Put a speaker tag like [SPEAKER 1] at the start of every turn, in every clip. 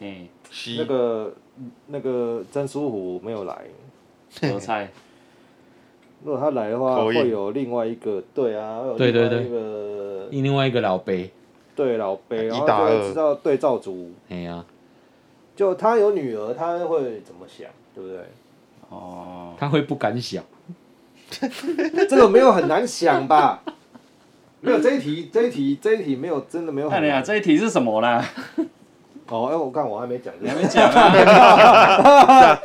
[SPEAKER 1] 嘿，
[SPEAKER 2] 是
[SPEAKER 3] 那个那个詹叔虎没有来，
[SPEAKER 1] 菠菜，
[SPEAKER 3] 如果他来的话，
[SPEAKER 2] 口音
[SPEAKER 3] 会有另外一个对啊，会有
[SPEAKER 4] 对对
[SPEAKER 3] 另外一个
[SPEAKER 4] 另外一个老贝，
[SPEAKER 3] 对老贝，然后
[SPEAKER 2] 一打
[SPEAKER 3] 就会
[SPEAKER 2] 二
[SPEAKER 3] 知道对照组，
[SPEAKER 4] 哎呀，
[SPEAKER 3] 就他有女儿，他会怎么想，对不对？
[SPEAKER 1] 哦，
[SPEAKER 4] 他会不敢想，
[SPEAKER 3] 这个没有很难想吧？没有这一题，这一题，这一题没有，真的没有
[SPEAKER 1] 看
[SPEAKER 3] 很
[SPEAKER 1] 你啊，
[SPEAKER 3] 难。
[SPEAKER 1] 这一题是什么啦？
[SPEAKER 3] 哦，哎，我看我还没讲这
[SPEAKER 1] 你
[SPEAKER 3] 个
[SPEAKER 1] 还没讲啊？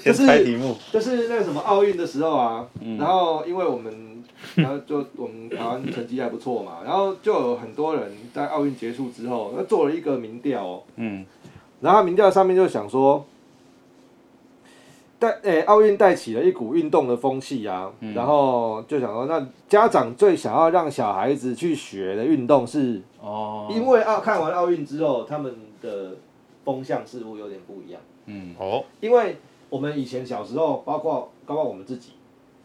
[SPEAKER 2] 先猜题目，
[SPEAKER 3] 就是那个什么奥运的时候啊，然后因为我们，然后就我们台湾成绩还不错嘛，然后就有很多人在奥运结束之后，他做了一个民调、哦，
[SPEAKER 1] 嗯，
[SPEAKER 3] 然后民调上面就想说，带诶奥运带起了一股运动的风气啊，然后就想说，那家长最想要让小孩子去学的运动是，
[SPEAKER 1] 哦，
[SPEAKER 3] 因为奥看完奥运之后，他们的风向似乎有点不一样。
[SPEAKER 1] 嗯，
[SPEAKER 2] 哦，
[SPEAKER 3] 因为我们以前小时候，包括包括我们自己，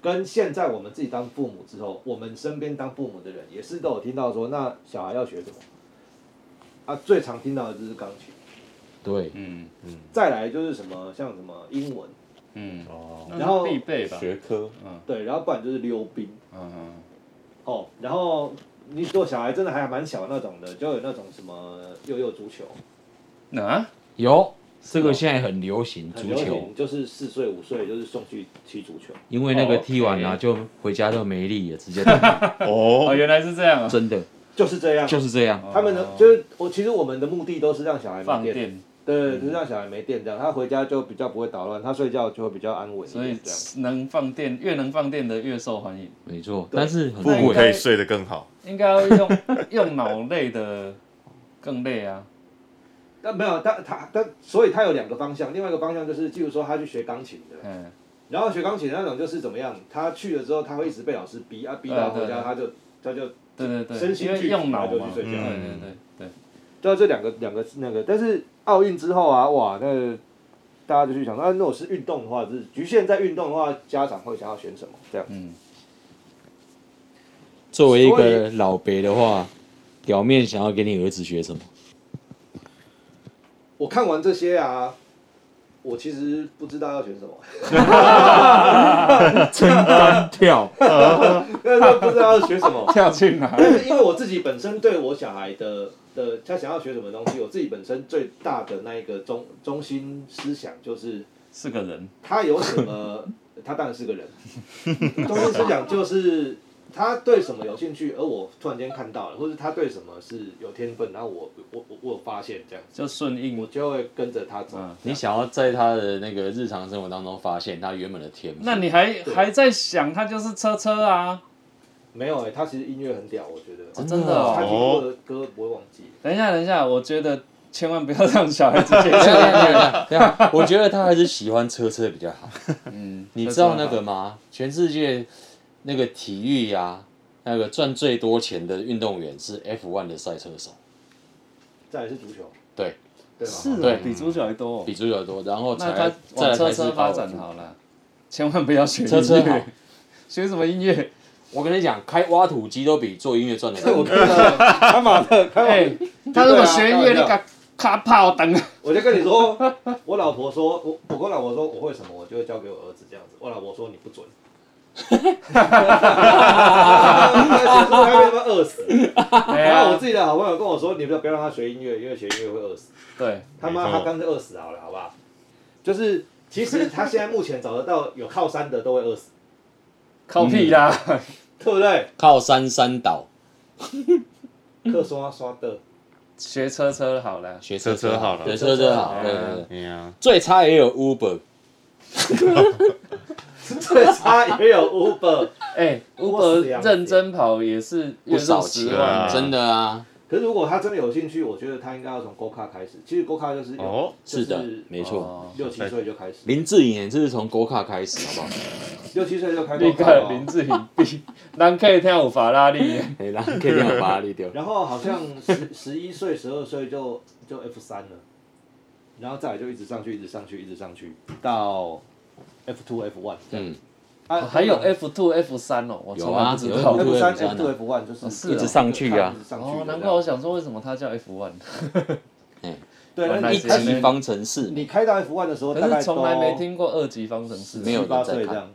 [SPEAKER 3] 跟现在我们自己当父母之后，我们身边当父母的人也是都有听到说，那小孩要学什么？啊，最常听到的就是钢琴，
[SPEAKER 4] 对，
[SPEAKER 1] 嗯，
[SPEAKER 3] 再来就是什么像什么英文，
[SPEAKER 1] 嗯，
[SPEAKER 2] 哦，
[SPEAKER 1] 那
[SPEAKER 3] 然后
[SPEAKER 1] 是必备吧？
[SPEAKER 2] 学科，
[SPEAKER 3] 对，然后不然就是溜冰
[SPEAKER 1] 嗯
[SPEAKER 3] 哦，然后你做小孩真的还蛮小的那种的，就有那种什么幼幼足球，
[SPEAKER 1] 嗯，啊，
[SPEAKER 4] 有这个现在很流行
[SPEAKER 3] 哦很
[SPEAKER 4] 足
[SPEAKER 3] 流
[SPEAKER 4] 球
[SPEAKER 3] 行，，就是四岁五岁就是送去踢足球，
[SPEAKER 4] 因为那个踢完
[SPEAKER 1] 哦
[SPEAKER 4] 啊
[SPEAKER 1] ，OK
[SPEAKER 4] 就回家就没力了，直接断掉
[SPEAKER 1] 哦，
[SPEAKER 2] 哦，
[SPEAKER 1] 原来是这样啊，
[SPEAKER 4] 真的
[SPEAKER 3] 就是这样。
[SPEAKER 4] 就是这样，
[SPEAKER 3] 他们的就是我，其实我们的目的都是让小孩
[SPEAKER 1] 放
[SPEAKER 3] 没电。
[SPEAKER 1] 电，
[SPEAKER 3] 对，就是让小孩没电这样，他回家就比较不会捣乱，他睡觉就会比较安稳一
[SPEAKER 1] 所以
[SPEAKER 3] 点这样。
[SPEAKER 1] 能放电越能放电的越受欢迎，
[SPEAKER 4] 没错，
[SPEAKER 3] 对
[SPEAKER 4] 但是很
[SPEAKER 2] 父母
[SPEAKER 1] 不
[SPEAKER 4] 贵，
[SPEAKER 2] 可以睡得更好，
[SPEAKER 1] 应该要 用用脑累的更累啊，
[SPEAKER 3] 但没有，他他他，所以他有两个方向，另外一个方向就是，譬如说他去学钢琴的，
[SPEAKER 1] 嗯，
[SPEAKER 3] 然后学钢琴那种就是怎么样，他去了之后他会一直被老师逼啊，逼到回家他就他就
[SPEAKER 1] 对对对，
[SPEAKER 3] 身心
[SPEAKER 1] 因为
[SPEAKER 3] 俱疲
[SPEAKER 1] 用脑
[SPEAKER 3] 就
[SPEAKER 1] 嘛
[SPEAKER 3] 去，睡觉
[SPEAKER 1] 对对对对，
[SPEAKER 3] 嗯就这两个两个那个，但是奥运之后啊，哇，那个大家就去想，那、如果是运动的话，就是局限在运动的话，家长会想要选什么这样？
[SPEAKER 1] 嗯，
[SPEAKER 4] 作为一
[SPEAKER 3] 所
[SPEAKER 4] 个老伯的话，表面想要给你儿子学 什么？
[SPEAKER 3] 我看完这些啊，我其实不知道要选什么。
[SPEAKER 4] 撑杆跳，
[SPEAKER 3] 但是不知道要学什么。
[SPEAKER 1] 跳进来，
[SPEAKER 3] 但是因为我自己本身对我小孩的的他想要学什么东西，我自己本身最大的那一个中中心思想就是
[SPEAKER 1] 是个人，
[SPEAKER 3] 他有什么，他当然是个人，中心思想就是他对什么有兴趣，而我突然间看到了，或者他对什么是有天分，然后我我我我有发现这样，
[SPEAKER 1] 就顺
[SPEAKER 3] 我
[SPEAKER 1] 应，
[SPEAKER 3] 就会跟着他走。
[SPEAKER 1] 嗯
[SPEAKER 4] 你想要在他的那个日常生活当中发现他原本的天赋。
[SPEAKER 1] 那你还
[SPEAKER 3] 对
[SPEAKER 1] 还在想他就是车车啊？
[SPEAKER 3] 没有哎、他其实音乐很屌，我觉得。
[SPEAKER 1] 哦
[SPEAKER 4] 真
[SPEAKER 1] 真
[SPEAKER 4] 的
[SPEAKER 1] 的
[SPEAKER 4] 哦
[SPEAKER 3] 他
[SPEAKER 1] 哦，
[SPEAKER 3] 听过的歌不会忘记，
[SPEAKER 1] 等一下等一下，我觉得千万不要让小孩子接
[SPEAKER 4] 等 一
[SPEAKER 1] 触，
[SPEAKER 4] 下等一下等一下啊我觉得他还是喜欢车车比较好。
[SPEAKER 1] 嗯，
[SPEAKER 4] 你知道那个吗？全世界那个体育呀、那个赚最多钱的运动员是 F1 的赛车手，
[SPEAKER 3] 再来是足球，
[SPEAKER 4] 对，
[SPEAKER 3] 对吧？
[SPEAKER 1] 是
[SPEAKER 4] 对
[SPEAKER 1] 哦，比足球还多哦，
[SPEAKER 4] 比足球多，然后
[SPEAKER 1] 那
[SPEAKER 4] 才
[SPEAKER 1] 他
[SPEAKER 4] 再
[SPEAKER 1] 往
[SPEAKER 4] 来
[SPEAKER 1] 车
[SPEAKER 4] 才是
[SPEAKER 1] 车发展
[SPEAKER 4] 跑步
[SPEAKER 1] 好了，千万不要学
[SPEAKER 4] 车车
[SPEAKER 1] 音
[SPEAKER 4] 好
[SPEAKER 1] 乐，， 学什么音乐？
[SPEAKER 4] 我跟你讲，开挖土机都比做音乐赚的
[SPEAKER 3] 我
[SPEAKER 4] 多。
[SPEAKER 3] 看到他妈的，开 玩
[SPEAKER 1] 哎，他如果学音乐，
[SPEAKER 3] 对啊
[SPEAKER 1] 你敢卡炮等啊？
[SPEAKER 3] 我就跟你说，我老婆说，我我跟老婆说我会什么，我就会交给我儿子这样子。我老婆说你不准，他被他妈饿死。
[SPEAKER 1] 哎
[SPEAKER 2] 啊
[SPEAKER 3] 然后我
[SPEAKER 1] 呀，
[SPEAKER 3] 自己的好朋友跟我说，你不要不要让他学音乐，因为学音乐会饿死。
[SPEAKER 1] 对，
[SPEAKER 3] 他妈
[SPEAKER 2] 没
[SPEAKER 3] 他
[SPEAKER 2] 错
[SPEAKER 3] 干脆饿死好了，好不好？就是其实他现在目前找得到有靠山的都会饿死，
[SPEAKER 1] 靠屁啦，
[SPEAKER 3] 对不对？
[SPEAKER 4] 靠山山倒，
[SPEAKER 2] 嗯
[SPEAKER 3] 克刷刷的，
[SPEAKER 1] 学车车好了，
[SPEAKER 4] 学
[SPEAKER 2] 车
[SPEAKER 4] 车
[SPEAKER 2] 车好了
[SPEAKER 4] 对车车好，
[SPEAKER 1] 车车好
[SPEAKER 4] 对对对，
[SPEAKER 2] 哎呀，
[SPEAKER 4] 最差也有 Uber，
[SPEAKER 3] 最差也有 Uber。
[SPEAKER 1] 哎
[SPEAKER 3] 我死
[SPEAKER 1] ，Uber
[SPEAKER 3] 两
[SPEAKER 1] 认真跑也是
[SPEAKER 4] 不
[SPEAKER 1] 月入
[SPEAKER 4] 少
[SPEAKER 1] 十
[SPEAKER 4] 钱
[SPEAKER 1] 万
[SPEAKER 2] 啊
[SPEAKER 1] 啊，
[SPEAKER 4] 真的啊，
[SPEAKER 3] 可是如果他真的有兴趣，我觉得他应该要从 Go Kart 开始。其实 Go Kart 就是有
[SPEAKER 2] 哦
[SPEAKER 3] 就是
[SPEAKER 4] 的，没错。
[SPEAKER 1] 哦
[SPEAKER 3] 六七岁就开始，
[SPEAKER 4] 林志颖也是从国卡开始，好不好？
[SPEAKER 3] 六七岁就开
[SPEAKER 1] 你
[SPEAKER 3] 始
[SPEAKER 1] 看林志颖比人可以跳法拉利，
[SPEAKER 4] 可哎以让可以让我把他立 掉。
[SPEAKER 3] 然后好像十 十一岁、十二岁就就 F 三了，然后再来就一直上去，一直上去，一直上去，到 F two、F one 这样。
[SPEAKER 4] 嗯，
[SPEAKER 3] 啊
[SPEAKER 1] 哦还有 F two F 三哦，我从来不知
[SPEAKER 4] 有啊
[SPEAKER 1] 道
[SPEAKER 4] 有。
[SPEAKER 3] F 三、
[SPEAKER 4] F1
[SPEAKER 3] F two、F one 就 是
[SPEAKER 1] 是哦一直
[SPEAKER 4] 上去啊
[SPEAKER 3] 一直上去的
[SPEAKER 1] 哦，
[SPEAKER 3] 这样
[SPEAKER 1] 难怪我想说为什么它叫 F one。
[SPEAKER 3] 对，
[SPEAKER 1] 原
[SPEAKER 3] 那
[SPEAKER 1] 来
[SPEAKER 3] 你
[SPEAKER 4] 一
[SPEAKER 1] 是这
[SPEAKER 3] 开
[SPEAKER 1] 样
[SPEAKER 4] 级方程式
[SPEAKER 3] 你开到 F one 的时候，大
[SPEAKER 1] 可
[SPEAKER 3] 概
[SPEAKER 1] 是从来没
[SPEAKER 3] 都啊
[SPEAKER 1] 听过二级方程式，
[SPEAKER 4] 没有
[SPEAKER 3] 十八
[SPEAKER 4] 人在
[SPEAKER 3] 岁这
[SPEAKER 4] 看
[SPEAKER 3] 样，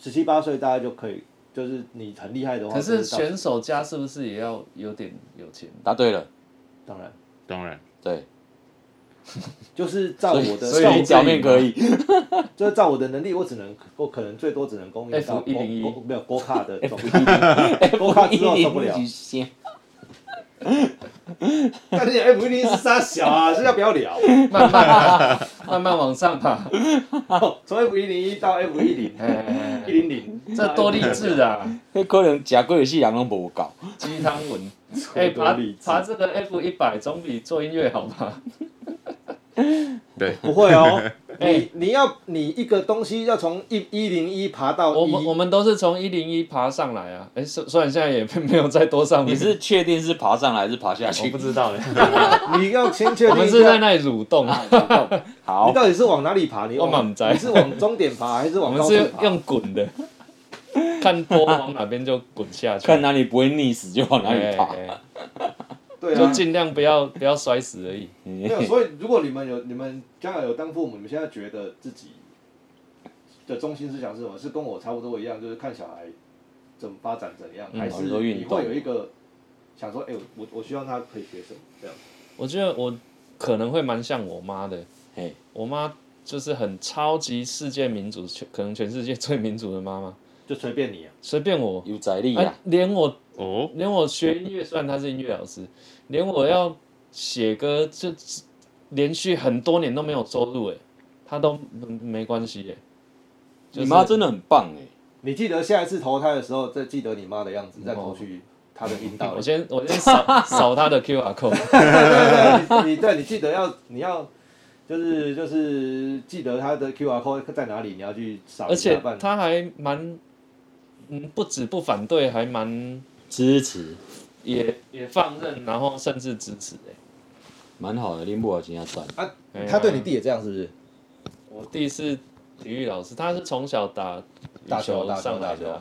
[SPEAKER 3] 十七八岁大概就可以，就是你很厉害的话，
[SPEAKER 1] 可是
[SPEAKER 3] 就是到
[SPEAKER 1] 选手家是不是也要有点有钱？
[SPEAKER 4] 答对了，
[SPEAKER 3] 当然
[SPEAKER 2] 当然，
[SPEAKER 4] 对，
[SPEAKER 3] 就是照
[SPEAKER 4] 所
[SPEAKER 3] 我
[SPEAKER 4] 以
[SPEAKER 3] 的，
[SPEAKER 4] 所
[SPEAKER 3] 照
[SPEAKER 4] 以你
[SPEAKER 3] 我
[SPEAKER 4] 表面可以，。
[SPEAKER 3] 就是照我的能力，我只能我可能最多只能供应到
[SPEAKER 1] F101
[SPEAKER 3] 国国没有国卡的总 国卡之后受不了
[SPEAKER 4] 先
[SPEAKER 3] 但是 F 一零是杀小啊，是要不 要聊？
[SPEAKER 1] 慢慢爬慢慢往上爬，
[SPEAKER 3] 从 F 一零一到 F 一零
[SPEAKER 1] 哎哎
[SPEAKER 3] 一
[SPEAKER 1] 哎
[SPEAKER 3] 零零，
[SPEAKER 1] 这多励志啊！
[SPEAKER 4] 那可能假贵的戏人拢无搞，
[SPEAKER 1] 鸡汤文，哎，爬
[SPEAKER 3] 励志
[SPEAKER 1] 爬这个 F 一百总比做音乐好吧？
[SPEAKER 2] 对，
[SPEAKER 3] 不会 哦。
[SPEAKER 1] 哎
[SPEAKER 3] 你你要你一个东西要从一一零一爬到
[SPEAKER 1] 我
[SPEAKER 3] 哦一，
[SPEAKER 1] 们我们都是从一零一爬上来啊，哎，虽虽然现在也没有再多上面，
[SPEAKER 4] 你是确定是爬上来还是爬下
[SPEAKER 1] 我
[SPEAKER 4] 去
[SPEAKER 1] 不？知道哎，
[SPEAKER 3] 你要先确
[SPEAKER 1] 我
[SPEAKER 3] 定
[SPEAKER 1] 们
[SPEAKER 3] 一
[SPEAKER 1] 是在
[SPEAKER 3] 下，
[SPEAKER 1] 那里蠕动，啊
[SPEAKER 4] 好
[SPEAKER 3] 你，到底是往哪里爬？你
[SPEAKER 1] 我嘛
[SPEAKER 3] 往
[SPEAKER 1] 不知道
[SPEAKER 3] 你是往终点爬还是
[SPEAKER 1] 我
[SPEAKER 3] 往
[SPEAKER 1] 们
[SPEAKER 3] 高处
[SPEAKER 1] 是
[SPEAKER 3] 爬？
[SPEAKER 1] 用滚的，啊 看波往哪边就滚下去，
[SPEAKER 4] 看哪里不会溺死就往哪里爬。
[SPEAKER 1] 哎哎哎
[SPEAKER 3] 对
[SPEAKER 1] 就
[SPEAKER 3] 啊，
[SPEAKER 1] 尽量不要不要摔死而已。
[SPEAKER 3] 没有。所以如果你们有你们将来有当父母，你们现在觉得自己的中心思想是什么？是跟我差不多一样，就是看小孩怎么发展怎样，
[SPEAKER 1] 嗯
[SPEAKER 3] 还是
[SPEAKER 4] 很多运
[SPEAKER 3] 你会
[SPEAKER 4] 动
[SPEAKER 3] 有一个想说，哎、我我希望他可以学什么这样？
[SPEAKER 1] 我觉得我可能会蛮像我妈的，
[SPEAKER 4] 嘿
[SPEAKER 1] 我妈就是很超级世界民主，全可能全世界最民主的妈妈，
[SPEAKER 3] 就随便你啊。
[SPEAKER 1] 随便我，
[SPEAKER 4] 有财力
[SPEAKER 1] 哎、
[SPEAKER 4] 啊，
[SPEAKER 1] 连我
[SPEAKER 2] 哦，
[SPEAKER 1] 连我学音乐，虽然她是音乐老师，连我要写歌，就连续很多年都没有收入，哎，她都嗯没关系，哎，就
[SPEAKER 4] 你
[SPEAKER 1] 是
[SPEAKER 4] 妈真的很棒哎，
[SPEAKER 3] 你记得下一次投胎的时候，再记得你妈的样子，再投去她的阴 道
[SPEAKER 1] 我
[SPEAKER 3] 里。
[SPEAKER 1] 先我先扫扫她的 QR code，
[SPEAKER 3] 对对对 你你对，你记得要你要就是就是记得她的 QR code 在哪里，你要去扫一
[SPEAKER 1] 而
[SPEAKER 3] 下。
[SPEAKER 1] 且
[SPEAKER 3] 不然
[SPEAKER 1] 她还蛮嗯不止不反对，还蛮
[SPEAKER 4] 支持，
[SPEAKER 1] 也也放任，然后甚至支持，哎。
[SPEAKER 4] 蛮好的，拎不好钱要赚。
[SPEAKER 3] 啊
[SPEAKER 1] 哎，呀
[SPEAKER 3] 她对你弟也这样是不是？
[SPEAKER 1] 我弟是体育老师，他是从小打羽
[SPEAKER 3] 打球打球
[SPEAKER 1] 上来
[SPEAKER 3] 打
[SPEAKER 1] 的
[SPEAKER 3] 球
[SPEAKER 1] 啊，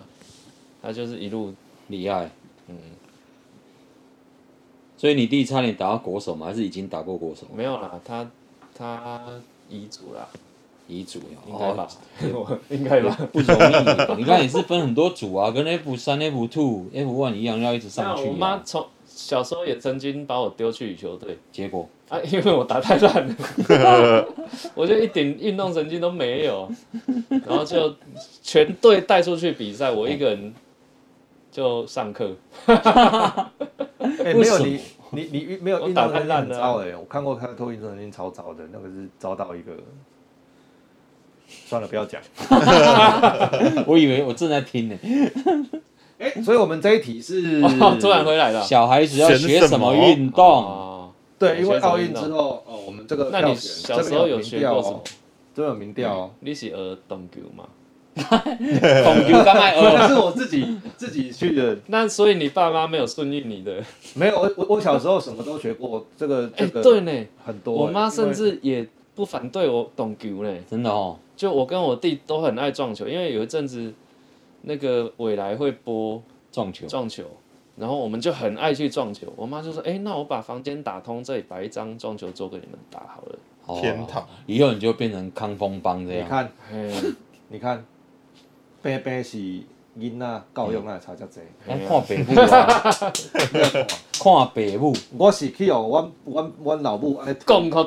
[SPEAKER 1] 他就是一路
[SPEAKER 4] 厉害，嗯。所以你弟差点打到国手吗？还是已经打过国手？
[SPEAKER 1] 没有啦，他他遗嘱啦，
[SPEAKER 4] 遗嘱呀
[SPEAKER 1] 应该 吧
[SPEAKER 4] 哦，
[SPEAKER 1] 我应该吧。
[SPEAKER 4] 不容易。你看你是分很多组啊，跟 F 三、F two、F one 一样，要一直
[SPEAKER 1] 那
[SPEAKER 4] 上去、啊。
[SPEAKER 1] 我妈从小时候也曾经把我丢去羽球队
[SPEAKER 4] 结果
[SPEAKER 1] 啊，因为我打太烂了， 我就一点运动神经都没有，然后就全队带出去比赛，我一个人就上课，
[SPEAKER 3] 哎、
[SPEAKER 4] 为
[SPEAKER 3] 没有
[SPEAKER 4] 什
[SPEAKER 3] 你，你你运没有
[SPEAKER 1] 我
[SPEAKER 3] 运
[SPEAKER 1] 打
[SPEAKER 3] 动
[SPEAKER 1] 太
[SPEAKER 3] 神经
[SPEAKER 1] 烂啊
[SPEAKER 3] 很
[SPEAKER 1] 了
[SPEAKER 3] 糟哎、我看过他偷运动神经超糟的，那个是糟到一个，算了不要讲。
[SPEAKER 4] 我以为我正在听呢、
[SPEAKER 3] 哎、所以我们这一题 是
[SPEAKER 1] 哦突然回来了。
[SPEAKER 4] 小孩子要学什么运动？
[SPEAKER 1] 哦，
[SPEAKER 3] 对，因为
[SPEAKER 1] 选手
[SPEAKER 3] 奥运
[SPEAKER 1] 运
[SPEAKER 3] 之
[SPEAKER 1] 动
[SPEAKER 3] 后哦，我们这个
[SPEAKER 1] 那你
[SPEAKER 3] 票选
[SPEAKER 1] 小时候有学过什么？？
[SPEAKER 3] 哦这边有民调哦
[SPEAKER 1] 你是学懂球吗？
[SPEAKER 4] 恐球刚才
[SPEAKER 1] 嗯
[SPEAKER 3] 这边有民调哦，那
[SPEAKER 4] 哦，
[SPEAKER 3] 是我自己自己去的，
[SPEAKER 1] 那所以你爸妈没有顺应你的？
[SPEAKER 3] 没有我我我小时候什么都学过，这个
[SPEAKER 1] 哎、
[SPEAKER 3] 这个
[SPEAKER 1] 对呢，
[SPEAKER 3] 很多、欸
[SPEAKER 1] 我妈甚
[SPEAKER 3] 因为
[SPEAKER 1] 至也不反对我懂球呢。
[SPEAKER 4] 真的哦，
[SPEAKER 1] 就我跟我弟都很爱撞球，因为有一阵子那个未来会播
[SPEAKER 4] 撞球
[SPEAKER 1] 撞球，然后我们就很爱去撞球。我妈就说：“哎、那我把房间打通，这里摆一张撞球桌给你们打好了。
[SPEAKER 4] 哦
[SPEAKER 2] 天堂，
[SPEAKER 4] 以后你就变成康风帮这
[SPEAKER 3] 你
[SPEAKER 4] 样。
[SPEAKER 3] 看
[SPEAKER 1] 嘿”
[SPEAKER 3] 你看，平平是囡仔教育那差较济。
[SPEAKER 4] 哎看北部啊，看北部，
[SPEAKER 3] 我是去哦，阮阮阮老母安尼
[SPEAKER 1] 讲好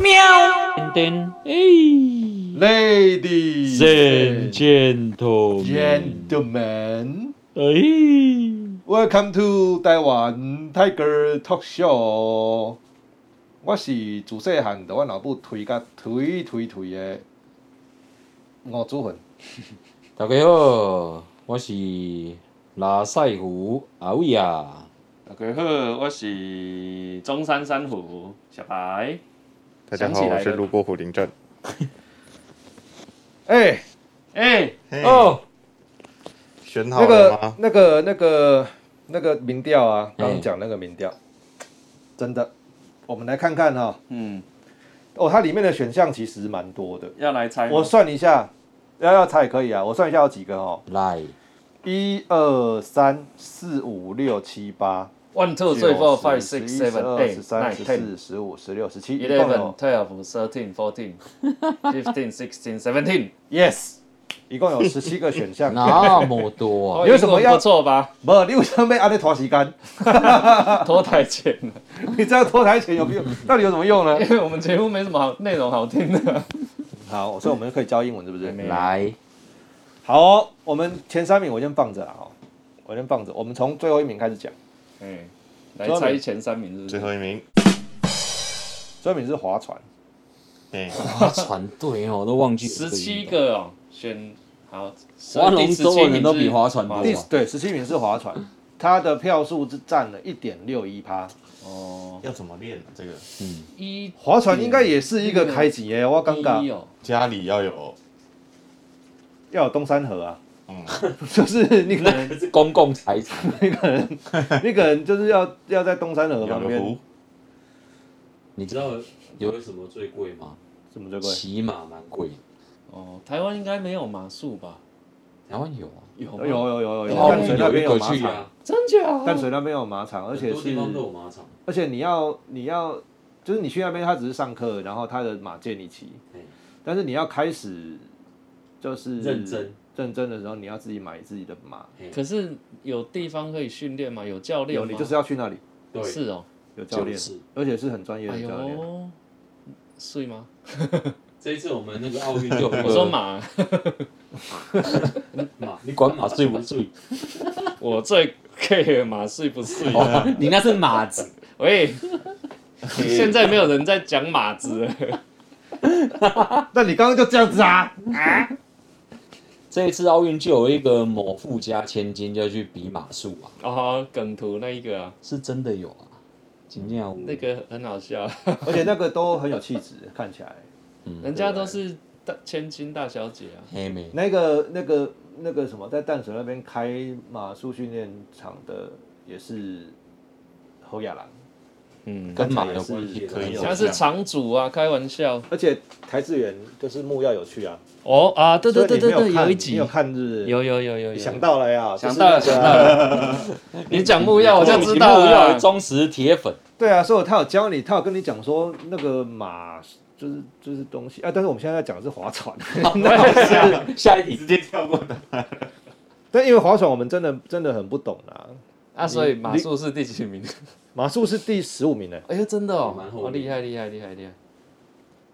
[SPEAKER 4] 噔噔，哎，
[SPEAKER 3] Ladies
[SPEAKER 4] 见箭头，
[SPEAKER 3] gentlemen,
[SPEAKER 4] 哎。
[SPEAKER 3] welcome to 台湾 Tiger Talk Show。我是自细汉就我老母推甲推推推的吴祖魂。
[SPEAKER 4] 大家好，我是拉塞胡阿伟啊，
[SPEAKER 1] 大家好，我是中山珊瑚小白。
[SPEAKER 2] 大家
[SPEAKER 1] 想
[SPEAKER 2] 好，
[SPEAKER 1] 起来
[SPEAKER 2] 我
[SPEAKER 1] 了
[SPEAKER 2] 是路过虎林镇，
[SPEAKER 3] 哎、
[SPEAKER 1] 哎、
[SPEAKER 2] 嘿
[SPEAKER 4] 哦，
[SPEAKER 2] 选好
[SPEAKER 3] 那
[SPEAKER 2] 了
[SPEAKER 3] 个
[SPEAKER 2] 吗？
[SPEAKER 3] 那个那个那个民调啊，刚刚讲那个民调，真的我们来看看哈、
[SPEAKER 5] 嗯，
[SPEAKER 3] 哦，它里面的选项其实蛮多的，
[SPEAKER 5] 要来猜吗
[SPEAKER 3] 我算一下，要要猜也可以啊，我算一下有几个哦，
[SPEAKER 4] 来，
[SPEAKER 3] 一二三四五六七八
[SPEAKER 1] One, two,
[SPEAKER 3] 九
[SPEAKER 1] three, four, five,
[SPEAKER 3] 十
[SPEAKER 1] six,
[SPEAKER 3] 十一十
[SPEAKER 1] seven, 哎
[SPEAKER 3] 二
[SPEAKER 1] eight,
[SPEAKER 3] 十三
[SPEAKER 1] nine,
[SPEAKER 3] 十
[SPEAKER 1] ten,
[SPEAKER 3] 四十五十六十七，一共
[SPEAKER 1] eleven,
[SPEAKER 3] 有
[SPEAKER 1] twelve, thirteen, fourteen, fifteen, sixteen, seventeen。
[SPEAKER 3] yes，一共有十七个选项。
[SPEAKER 4] 那么多啊，
[SPEAKER 1] 哦
[SPEAKER 3] 你为什么要
[SPEAKER 1] 英文不错吧？
[SPEAKER 3] 不，你有想被阿内拖时间？
[SPEAKER 1] 拖台前了，
[SPEAKER 3] 你这样拖台前有没有？到底有什么 用呢？
[SPEAKER 1] 因为我们节目没什么好内容好听 的。
[SPEAKER 3] 好，所以我们可以教英文，对不
[SPEAKER 1] 哎
[SPEAKER 3] 对？
[SPEAKER 4] 来，
[SPEAKER 3] 好哦、我们前三名我先放着啊，哦我先放着，我们从最后一名开始讲。
[SPEAKER 1] 嗯，来
[SPEAKER 3] 最后一
[SPEAKER 1] 猜
[SPEAKER 3] 名
[SPEAKER 1] 前三名是
[SPEAKER 2] 最
[SPEAKER 1] 不是？
[SPEAKER 2] 后一名，
[SPEAKER 3] 最后一名是划船，
[SPEAKER 2] 哎，
[SPEAKER 4] 划船队哦，都忘记有这
[SPEAKER 1] 十
[SPEAKER 4] 个
[SPEAKER 1] 七
[SPEAKER 4] 运动，
[SPEAKER 1] 个哦，选好。
[SPEAKER 4] 划龙
[SPEAKER 1] 第17
[SPEAKER 4] 舟的人都
[SPEAKER 1] 名是
[SPEAKER 4] 比划船多
[SPEAKER 3] 第
[SPEAKER 4] 哇
[SPEAKER 3] 对十七哦名是划船，它的票数是占了一点六一趴。
[SPEAKER 1] 哦，
[SPEAKER 2] 要怎么练啊？这个
[SPEAKER 1] 一
[SPEAKER 3] 划船应该也是一个开级耶，我尴
[SPEAKER 1] 一
[SPEAKER 3] 尬
[SPEAKER 1] 哦，
[SPEAKER 2] 家里要有，
[SPEAKER 3] 要有东山河啊，
[SPEAKER 2] 嗯，
[SPEAKER 3] 就是你可能
[SPEAKER 4] 是公共财产，
[SPEAKER 3] 你可能就是要要在东山河
[SPEAKER 2] 有
[SPEAKER 3] 旁
[SPEAKER 2] 个
[SPEAKER 3] 边
[SPEAKER 2] 湖，，
[SPEAKER 4] 你知道有什么最贵吗？
[SPEAKER 3] 什么最贵？
[SPEAKER 4] 骑马蛮贵的，
[SPEAKER 1] 哦，台湾应该没有马术吧？
[SPEAKER 4] 台湾有啊，
[SPEAKER 1] 有
[SPEAKER 3] 有
[SPEAKER 1] 吗
[SPEAKER 3] 有有有有，
[SPEAKER 1] 哦
[SPEAKER 3] 淡水那边有
[SPEAKER 4] 有
[SPEAKER 3] 马
[SPEAKER 4] 去
[SPEAKER 3] 场，
[SPEAKER 4] 啊，
[SPEAKER 1] 真假？
[SPEAKER 3] 淡水那边有马场，而且
[SPEAKER 4] 很多地
[SPEAKER 3] 是
[SPEAKER 4] 方都有马场，
[SPEAKER 3] 而且你要你要就是你去那边，他只是上课，然后他的马借你骑
[SPEAKER 4] 嗯，
[SPEAKER 3] 但是你要开始就是
[SPEAKER 4] 认真
[SPEAKER 3] 认真的时候，你要自己买自己的马，
[SPEAKER 1] 可是有地方可以训练吗？有教练
[SPEAKER 3] 有
[SPEAKER 1] 吗？
[SPEAKER 3] 你就是要去那里
[SPEAKER 4] 对，
[SPEAKER 1] 是哦，
[SPEAKER 3] 有教练
[SPEAKER 4] 就是，
[SPEAKER 3] 而且是很专业
[SPEAKER 1] 哎
[SPEAKER 3] 的教练。
[SPEAKER 1] 呦，睡吗？
[SPEAKER 4] 这一次我们那个奥运就有一个
[SPEAKER 1] 我说马，
[SPEAKER 4] 马，你管马睡不睡？
[SPEAKER 1] 我最 care 马睡不睡。
[SPEAKER 4] 哦你那是马子，
[SPEAKER 1] 喂，现在没有人在讲马子 了，
[SPEAKER 3] 那你刚刚就这样子啊？
[SPEAKER 4] 这一次奥运就有一个某富家千金就要去比马术啊，
[SPEAKER 1] 哦，梗图那一个啊，
[SPEAKER 4] 是真的有啊，今天
[SPEAKER 1] 那个很好笑，
[SPEAKER 3] 而且那个都很有气质，看嗯起来
[SPEAKER 1] 人家都是大千金大小姐啊，
[SPEAKER 4] 黑妹
[SPEAKER 3] 那个那个那个什么，在淡水那边开马术训练场的也是侯亚兰，
[SPEAKER 1] 嗯，
[SPEAKER 4] 跟马有
[SPEAKER 3] 看起来
[SPEAKER 4] 关
[SPEAKER 3] 也是
[SPEAKER 4] 系，
[SPEAKER 2] 可以
[SPEAKER 3] 有
[SPEAKER 1] 他是场主啊，开玩笑。
[SPEAKER 3] 而且台志远就是木曜有去啊，
[SPEAKER 1] 哦啊，对对对
[SPEAKER 3] 所以你没
[SPEAKER 1] 对对，
[SPEAKER 3] 看
[SPEAKER 1] 有一
[SPEAKER 3] 你
[SPEAKER 1] 集，
[SPEAKER 3] 有
[SPEAKER 1] 有
[SPEAKER 3] 看日，
[SPEAKER 1] 有有有有，
[SPEAKER 3] 想到了呀，
[SPEAKER 1] 想到了
[SPEAKER 3] 就是
[SPEAKER 1] 想
[SPEAKER 3] 那
[SPEAKER 1] 到
[SPEAKER 3] 个啊
[SPEAKER 1] 了，你讲木曜我就知道
[SPEAKER 4] 木曜
[SPEAKER 1] 了
[SPEAKER 4] 的。忠实铁粉，
[SPEAKER 3] 对啊，所以他有教你，他有跟你讲说那个马就是就是东西啊，但是我们现在在讲的是划船，
[SPEAKER 4] 下一题
[SPEAKER 2] 直接跳过的，
[SPEAKER 3] 但因为划船我们真的真的很不懂啊。
[SPEAKER 1] 啊，所以马术是第几名？
[SPEAKER 3] 马术是第十五名呢，
[SPEAKER 1] 哎呦，真的哦，
[SPEAKER 4] 蛮后面
[SPEAKER 1] 哦，厉害厉害厉害厉害，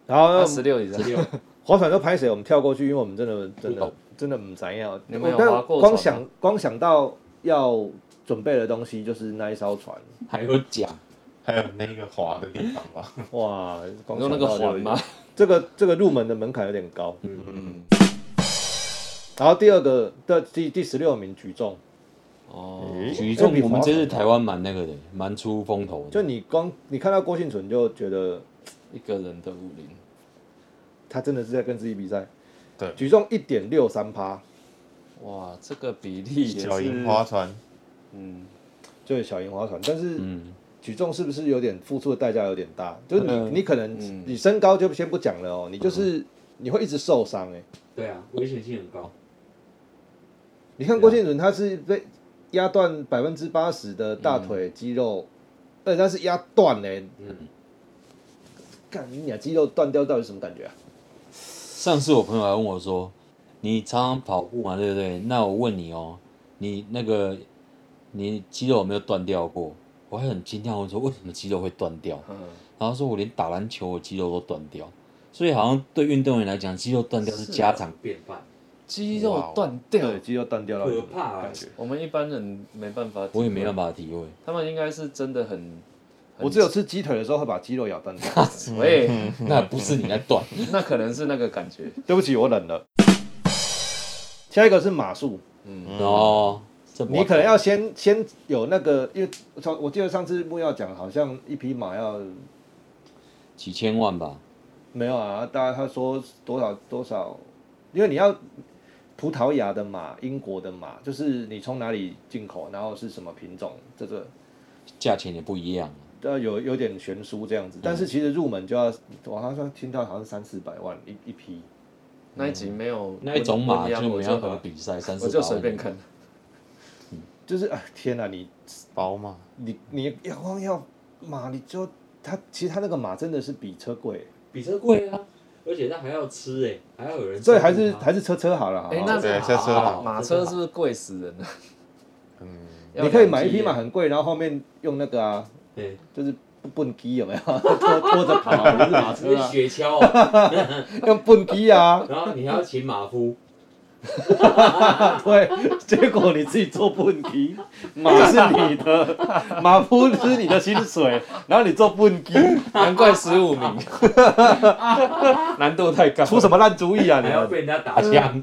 [SPEAKER 3] 然后
[SPEAKER 1] 啊二十六以上
[SPEAKER 4] 十，六，
[SPEAKER 3] 划船都拍谁？我们跳过去，因为我们真的真的
[SPEAKER 4] 不懂
[SPEAKER 3] 真的唔怎样。
[SPEAKER 1] 你们有
[SPEAKER 3] 但
[SPEAKER 1] 划过船吗
[SPEAKER 3] 光想光想到要准备的东西就是那一艘 船，
[SPEAKER 4] 还有奖，
[SPEAKER 2] 还有那个滑的地方吧，
[SPEAKER 3] 哇！光
[SPEAKER 1] 你用那个
[SPEAKER 3] 想到就
[SPEAKER 1] 环吗？
[SPEAKER 3] 这个这个入门的门槛有点高。
[SPEAKER 4] 嗯，
[SPEAKER 3] 然后第二个的第第十六名举重，
[SPEAKER 2] 哎
[SPEAKER 1] 哦，
[SPEAKER 4] 举重我们这次台湾蛮那个的，蛮出风头的，
[SPEAKER 3] 就你光你看到郭幸存就觉得
[SPEAKER 1] 一个人的武林，
[SPEAKER 3] 他真的是在跟自己比赛。
[SPEAKER 2] 对
[SPEAKER 3] 举重一点六三趴，
[SPEAKER 1] 哇，这个比例也
[SPEAKER 2] 小
[SPEAKER 1] 是
[SPEAKER 2] 樱，花船，
[SPEAKER 1] 嗯，
[SPEAKER 3] 就是小型划船，但是
[SPEAKER 4] 嗯，
[SPEAKER 3] 举重是不是有点付出的代价有点大？就是你你可能
[SPEAKER 1] 嗯
[SPEAKER 3] 你身高就先不讲了哦，你就是你会一直受伤哎。
[SPEAKER 4] 对啊，危险性很高，
[SPEAKER 3] 你看郭敬伦他是被压断百分之八十的大腿肌肉，呃但他是压断嘞，
[SPEAKER 4] 嗯，
[SPEAKER 3] 干你俩肌肉断掉到底是什么感觉啊？
[SPEAKER 4] 上次我朋友还问我说，你常常跑步嘛，对不对？那我问你哦，你那个你肌肉有没有断掉过？我还很惊讶，我说为什么肌肉会断掉？
[SPEAKER 1] 嗯
[SPEAKER 4] 然后他说我连打篮球我肌肉都断掉，所以好像对运动员来讲，肌肉断掉是家常便饭。
[SPEAKER 1] 肌肉断掉，
[SPEAKER 3] 对，肌肉断掉了，
[SPEAKER 4] 可怕啊
[SPEAKER 3] 感觉。
[SPEAKER 1] 我们一般人没办法，
[SPEAKER 4] 我也没办，法体会，
[SPEAKER 1] 他们应该是真的很，
[SPEAKER 3] 我只有嗯吃鸡腿的时候会把肌肉咬断掉。
[SPEAKER 1] 喂，
[SPEAKER 4] 那不是你在断，
[SPEAKER 1] 哎那可能是那个感觉，
[SPEAKER 3] 对不起，我冷了。下一个是马术，
[SPEAKER 4] 哦，这不
[SPEAKER 3] 你可能要先先有那个，因为从我记得上次木曜讲，好像一匹马要
[SPEAKER 4] 几千万吧？
[SPEAKER 3] 没有啊，大概他说多少多少，因为你要葡萄牙的马、英国的马，就是你从哪里进口，然后是什么品种，这个
[SPEAKER 4] 价钱也不一样，
[SPEAKER 3] 呃有有点悬殊这样子，但是其实入门就要，我好像听到好像三四百万一一批，
[SPEAKER 1] 嗯那一集没有
[SPEAKER 4] 那一种
[SPEAKER 1] 温
[SPEAKER 4] 马就
[SPEAKER 1] 阳我
[SPEAKER 4] 没办法
[SPEAKER 1] 我
[SPEAKER 4] 比赛，三
[SPEAKER 1] 我
[SPEAKER 4] 四
[SPEAKER 1] 就
[SPEAKER 4] 八
[SPEAKER 1] 随便 看，
[SPEAKER 3] 就是啊天哪、你
[SPEAKER 2] 包嘛，
[SPEAKER 3] 你你要光要马你就它其实它那个马真的是比车贵，
[SPEAKER 4] 比这贵啊，而且那还要吃哎，还要有人
[SPEAKER 3] 所以还是还是车车好了，好不
[SPEAKER 1] 哎
[SPEAKER 3] 好
[SPEAKER 1] 那
[SPEAKER 2] 对下车了
[SPEAKER 1] 马车是不是贵死人了？
[SPEAKER 2] 嗯，
[SPEAKER 1] 要
[SPEAKER 3] 你可以
[SPEAKER 1] 两
[SPEAKER 3] 买一匹
[SPEAKER 1] 匹耶
[SPEAKER 3] 马，很贵，然后后面用那个啊，
[SPEAKER 4] 对，
[SPEAKER 3] 就是笨鸡有没有 拖拖着跑，就是马车啊，
[SPEAKER 4] 雪橇啊，
[SPEAKER 3] 用笨鸡啊，
[SPEAKER 4] 然后你还要请马夫，
[SPEAKER 3] 对，结果你自己做笨鸡，马是你的， 马夫是你的薪水，然后你做笨鸡，
[SPEAKER 1] 难怪十五 名，难度太高。哎
[SPEAKER 3] 出什么烂主意啊你
[SPEAKER 4] 还要
[SPEAKER 3] 们？
[SPEAKER 4] 被人家打枪，